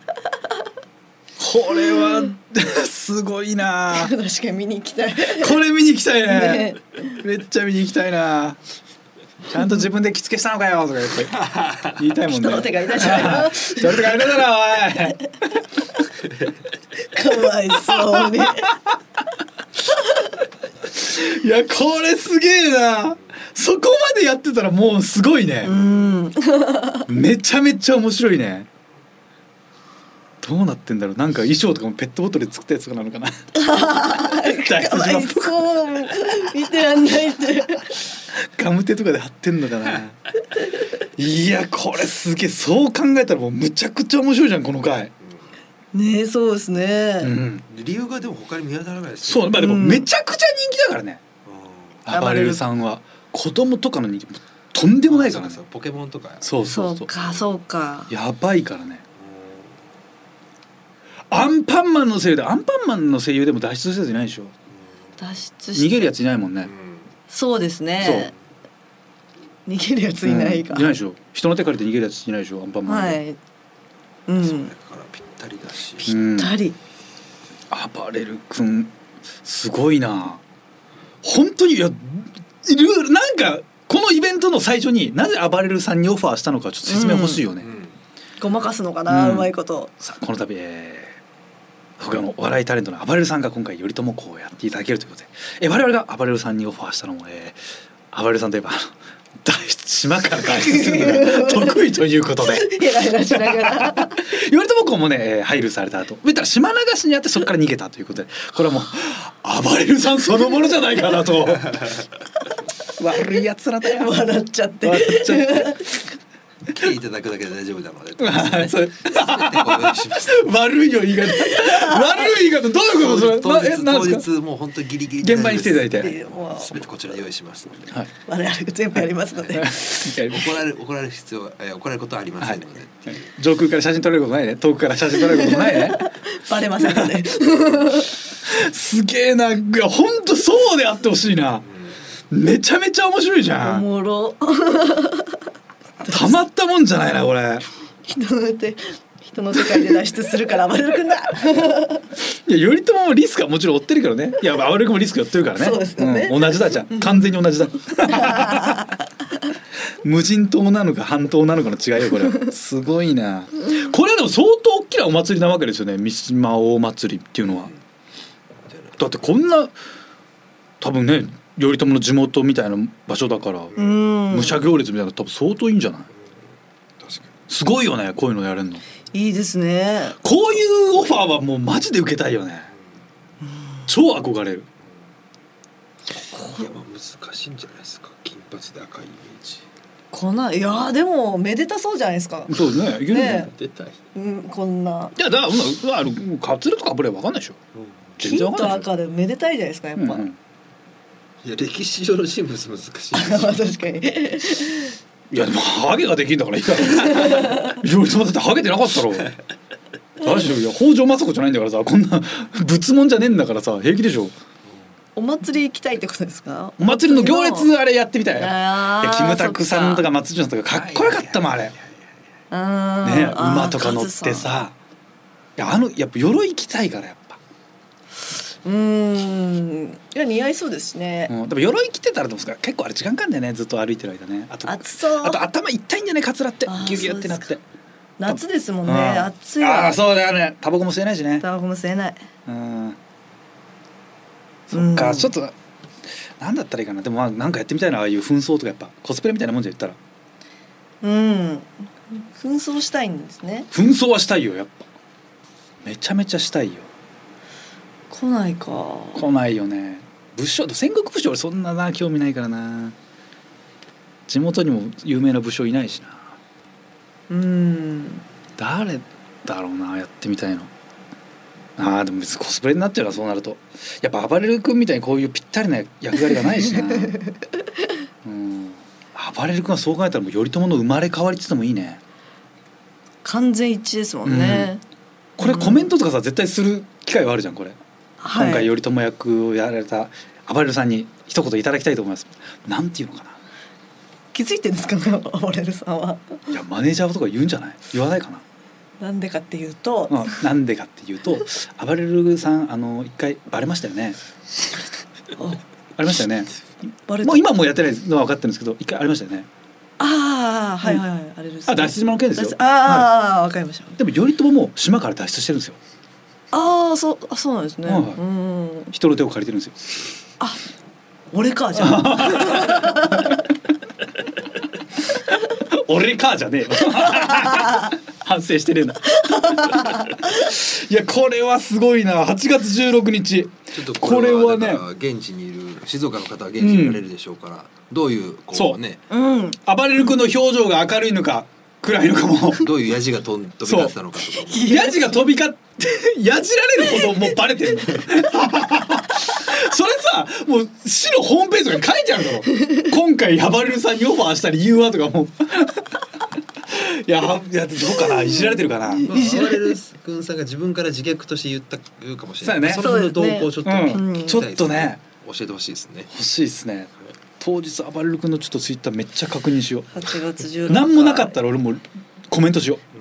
Speaker 1: これは すごいな
Speaker 3: 確かに見に行きたい
Speaker 1: これ見に行きたいねめっちゃ見に行きたいなちゃんと自分で着付けしたのかよとか言って言いたいもんね
Speaker 3: 人の手が痛いじゃない
Speaker 1: 誰とかやるだろおい
Speaker 3: かわいそうに
Speaker 1: いやこれすげえなそこまでやってたらもうすごいね
Speaker 3: うん
Speaker 1: めちゃめちゃ面白いねどうなってんだろうなんか衣装とかもペットボトルで作ったやつとかなのか な大
Speaker 3: かわ
Speaker 1: 丈
Speaker 3: い
Speaker 1: 夫
Speaker 3: そう見てらんないって
Speaker 1: ガムテとかで貼ってんのかないやこれすげえそう考えたらもうむちゃくちゃ面白いじゃんこの回、
Speaker 3: ねえそうですね、
Speaker 1: うん、
Speaker 4: 理由がでも他に見当たらないです
Speaker 1: そう
Speaker 4: ね
Speaker 1: まあでも
Speaker 3: うん
Speaker 1: めちゃくちゃ人気だからね
Speaker 3: うん
Speaker 1: 暴れるさんは子供とかの人気もとんでもないからね
Speaker 4: そうポケモンとか
Speaker 1: そう
Speaker 3: そ
Speaker 1: そう
Speaker 3: う
Speaker 1: そう
Speaker 3: かそうか
Speaker 1: やばいからねアンパンマンの声優でアンパンマンの声優でも脱出せずいないでしょ
Speaker 3: 脱出
Speaker 1: 逃
Speaker 3: し
Speaker 1: げるやついないもんね、
Speaker 3: そうですね逃げるやついないか、
Speaker 1: うんいないでしょ人の手借りて逃げるやついないでしょアンパンマン
Speaker 3: は
Speaker 1: で、
Speaker 3: いうん
Speaker 4: だからぴったりだし
Speaker 3: ぴったり、
Speaker 1: 暴れる君すごいな本当にいやいるなんかこのイベントの最初になぜ暴れるさんにオファーしたのかちょっと説明欲しいよね、
Speaker 4: うん
Speaker 3: ごまかすのかな、
Speaker 1: う
Speaker 3: うんまいこと
Speaker 1: さあこの度、えー、他のお笑いタレントの暴れるさんが今回頼朝公をやっていただけるということで、えー、我々が暴れるさんにオファーしたのも、えー、暴れるさんといえばあの脱出島から脱出するのが得意ということで
Speaker 3: ヘラヘラしながら
Speaker 1: 頼朝公もね、えー、配慮された後見たら島流しにあってそこから逃げたということでこれはもう暴れるさんそのものじゃないかな と悪いやつらだよ。
Speaker 3: 笑っちゃって
Speaker 1: 笑っちゃって
Speaker 4: 来ていただくだけで大丈夫 なので
Speaker 1: そう
Speaker 4: ご用意します
Speaker 1: 悪いよ言い方悪い言い方どういうことそれ
Speaker 4: 当
Speaker 1: なえ
Speaker 4: 日
Speaker 1: なん
Speaker 4: 当
Speaker 1: ですか
Speaker 4: 日もう本当ギリギリ
Speaker 1: 現場に来ていただいて
Speaker 3: でも
Speaker 4: すべてこちら用意しますので、
Speaker 1: はい。
Speaker 3: 我々が全部やりますので
Speaker 4: 怒られる怒られる必要はいや怒られることはありませんので、
Speaker 1: 上空から写真撮れることないね。遠くから写真撮れることないね。
Speaker 3: バレませんので
Speaker 1: すげえな。いや本当そうであってほしいな。めちゃめちゃ面白いじ
Speaker 3: お
Speaker 1: ゃん。
Speaker 3: もろ
Speaker 1: たまったもんじゃないなこれ。
Speaker 3: 人の手人の世界で脱出するから暴れる君だ
Speaker 1: いや頼朝もリスクはもちろん負ってるけどね。いや暴れ君もリスク負ってるからね。
Speaker 3: そうですよね
Speaker 1: ん同じだじゃん。完全に同じ だ。無人島なのか半島なのかの違いよこれ。すごいな。これでも相当大きなお祭りなわけですよね。三島大祭りっていうのは。だってこんな多分ね頼朝の地元みたいな場所だから、
Speaker 3: うん
Speaker 1: 武者行列みたいなの多分相当いいんじゃないすごいよねこういうのやれるの
Speaker 3: いいですね
Speaker 1: こういうオファーはもうマジで受けたいよね超憧れる
Speaker 4: いやまあ難しいんじゃないですか金髪で赤いイメージ
Speaker 3: こんないやーでもめでたそうじゃないですか、
Speaker 1: そうですねいけるんじゃない
Speaker 3: ね
Speaker 4: 出たい、
Speaker 3: うん、こんない
Speaker 1: やだからうんあのカツラとかぶれば分かんないでしょ全然
Speaker 3: 金
Speaker 1: 分かん
Speaker 3: と
Speaker 1: ないでしょ
Speaker 3: 赤でめでたいじゃないですかやっぱ、
Speaker 1: うんうん
Speaker 4: いや歴史上の人物難しいです
Speaker 3: まあ 確かに
Speaker 1: いやでもハゲができんだからいいだろ頼朝だってハゲてなかったろ大丈夫いや北条政子じゃないんだからさこんな仏門じゃねえんだからさ平気でしょ
Speaker 3: お祭り行きたいってことですか
Speaker 1: お祭りの行列あれやってみたいいや
Speaker 3: あー
Speaker 1: キムタクさんと
Speaker 3: そ
Speaker 1: か
Speaker 3: っ
Speaker 1: 松潤さんとかかっこよかったもんあれね
Speaker 3: あーあー
Speaker 1: 馬とか乗って
Speaker 3: カズん
Speaker 1: さいやあのやっぱ鎧着たいからやっぱ
Speaker 3: うーんいや似合いそうですしね、
Speaker 1: うんでも鎧着てたらどうですか結構あれ時間かかんだよねずっと歩いてる間ねあとあ
Speaker 3: 暑そう
Speaker 1: と頭痛いんじゃないカツラって
Speaker 3: あー
Speaker 1: ギュギュってなって
Speaker 3: そう夏ですもんね
Speaker 1: うん
Speaker 3: 暑い
Speaker 1: あ
Speaker 3: わ
Speaker 1: あそうだよねタバコも吸えないしね
Speaker 3: タバコも吸えない
Speaker 1: うんそっ
Speaker 3: う
Speaker 1: か
Speaker 3: ん
Speaker 1: ちょっとなんだったらいいかなでもまあなんかやってみたいなああいう紛争とかやっぱコスプレみたいなもんじゃ言ったら
Speaker 3: うん紛争したいんですね
Speaker 1: 紛争はしたいよやっぱめちゃめちゃしたいよ
Speaker 3: 来ないか
Speaker 1: 来ないよね武将戦国武将俺そんなな興味ないからな地元にも有名な武将いないしな
Speaker 3: うん
Speaker 1: 誰だろうなやってみたいのあーでも別にコスプレになっちゃうなそうなるとやっぱ暴れる君みたいにこういうぴったりな役割がないしなうん暴れる君はそう考えたらもう頼朝の生まれ変わりって言ってもいいね
Speaker 3: 完全一致ですもんね、
Speaker 1: これコメントとかさ絶対する機会はあるじゃんこれ
Speaker 3: はい
Speaker 1: 今回頼朝役をやられたあばれるさんに一言いただきたいと思いますなんていうのかな
Speaker 3: 気づいてるんですか ねあばれるさんはい
Speaker 1: やマネージャーとか言うんじゃない言わないかな
Speaker 3: なんでかっていうと、
Speaker 1: まあ、なんでかっていうとあばれるさんあの一回バレましたよね
Speaker 3: あ
Speaker 1: ありましたよね
Speaker 3: バレた
Speaker 1: もう今はもうやってないのは分かってるんですけど一回ありましたよね
Speaker 3: ああはいはいはい、あれです
Speaker 1: あ脱出島の件ですよ
Speaker 3: 脱出ああ、わかりました
Speaker 1: でも頼朝も島から脱出してるんですよ
Speaker 3: ああそうあそうなんですね、
Speaker 1: はいうはい
Speaker 3: ん
Speaker 1: 人の手を借りてるんですよ
Speaker 3: 俺かじゃあ
Speaker 1: 俺かじゃねえよ 反省してねえな いやこれはすごいな8月16日
Speaker 4: ちょっと
Speaker 1: これはね
Speaker 4: だから現地にいる静岡の方は現地にいられるでしょうから、どういう
Speaker 1: そ
Speaker 4: こ
Speaker 1: う
Speaker 4: うね
Speaker 3: うん
Speaker 1: 暴れる君の表情が明るいのか暗いのかも
Speaker 4: どういうヤジが飛ん飛び交ってたのかとかも
Speaker 1: ヤジが飛び交って ヤジられるほどもうバレてるのそれさもう市のホームページとかに書いてあるだろ今回暴れるさんにオファーした理由はとかもう いやいやどうかないじられてるかな
Speaker 4: まあ、アワレル君さんが自分から自虐として言った言うかもしれない。
Speaker 1: そう
Speaker 3: だね
Speaker 4: の辺の動向をちょっとね、
Speaker 1: うん
Speaker 4: 聞きたいです
Speaker 1: ちょっとね。
Speaker 4: 教えてほしいですね。
Speaker 1: 欲しいですね当日あばれる君のちょっとツイッターめっちゃ確認しよ
Speaker 3: 八月十
Speaker 1: う
Speaker 3: 六
Speaker 1: 何もなかったら俺もコメントしよ う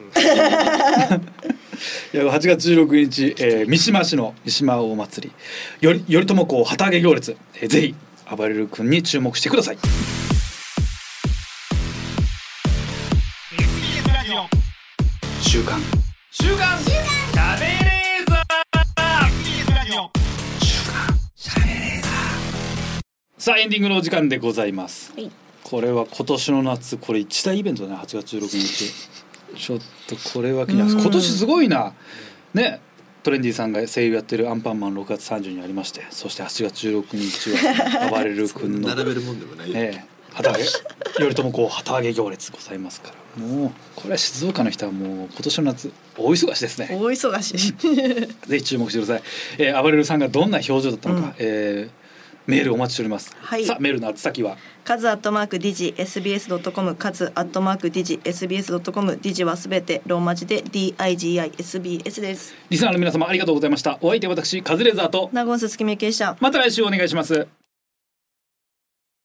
Speaker 1: いや8月16日、えー三島市の三島お祭りより頼朝公旗揚げ行列、えーぜひあばれる君に注目してください
Speaker 2: TBS ラジオ
Speaker 1: 週刊
Speaker 2: 週刊食べレーザー TBS ラジオ
Speaker 1: さあエンディングのお時間でございます、
Speaker 3: はい
Speaker 1: これは今年の夏これ一大イベントだね8月16日ちょっとこれは気になる
Speaker 3: うん
Speaker 1: 今年すごいなねトレンディさんが声優やってる「アンパンマン」6月30にありましてそして8月16日 は「暴れる君の」
Speaker 4: 並べるもんでもない。
Speaker 1: ええ旗揚げ頼朝こう旗揚げ行列ございますからもうこれは静岡の人はもう今年の夏大忙しですね
Speaker 3: 大忙しい
Speaker 1: ぜひ注目してください。えー、アバレルさんがどんな表情だったのか、
Speaker 3: うん
Speaker 1: えーメールお待ちしております。
Speaker 3: はい
Speaker 1: さあメールの宛先は
Speaker 3: カズアットマークディジ SBS ドットコムカズアットマークディジ SBS ドットコムディジはすべてローマ字で D I G I S B S です。
Speaker 1: リスナーの皆様ありがとうございました。お相手は私カズレーザーと
Speaker 3: ナゴンス月見でした。
Speaker 1: また来週お願いします。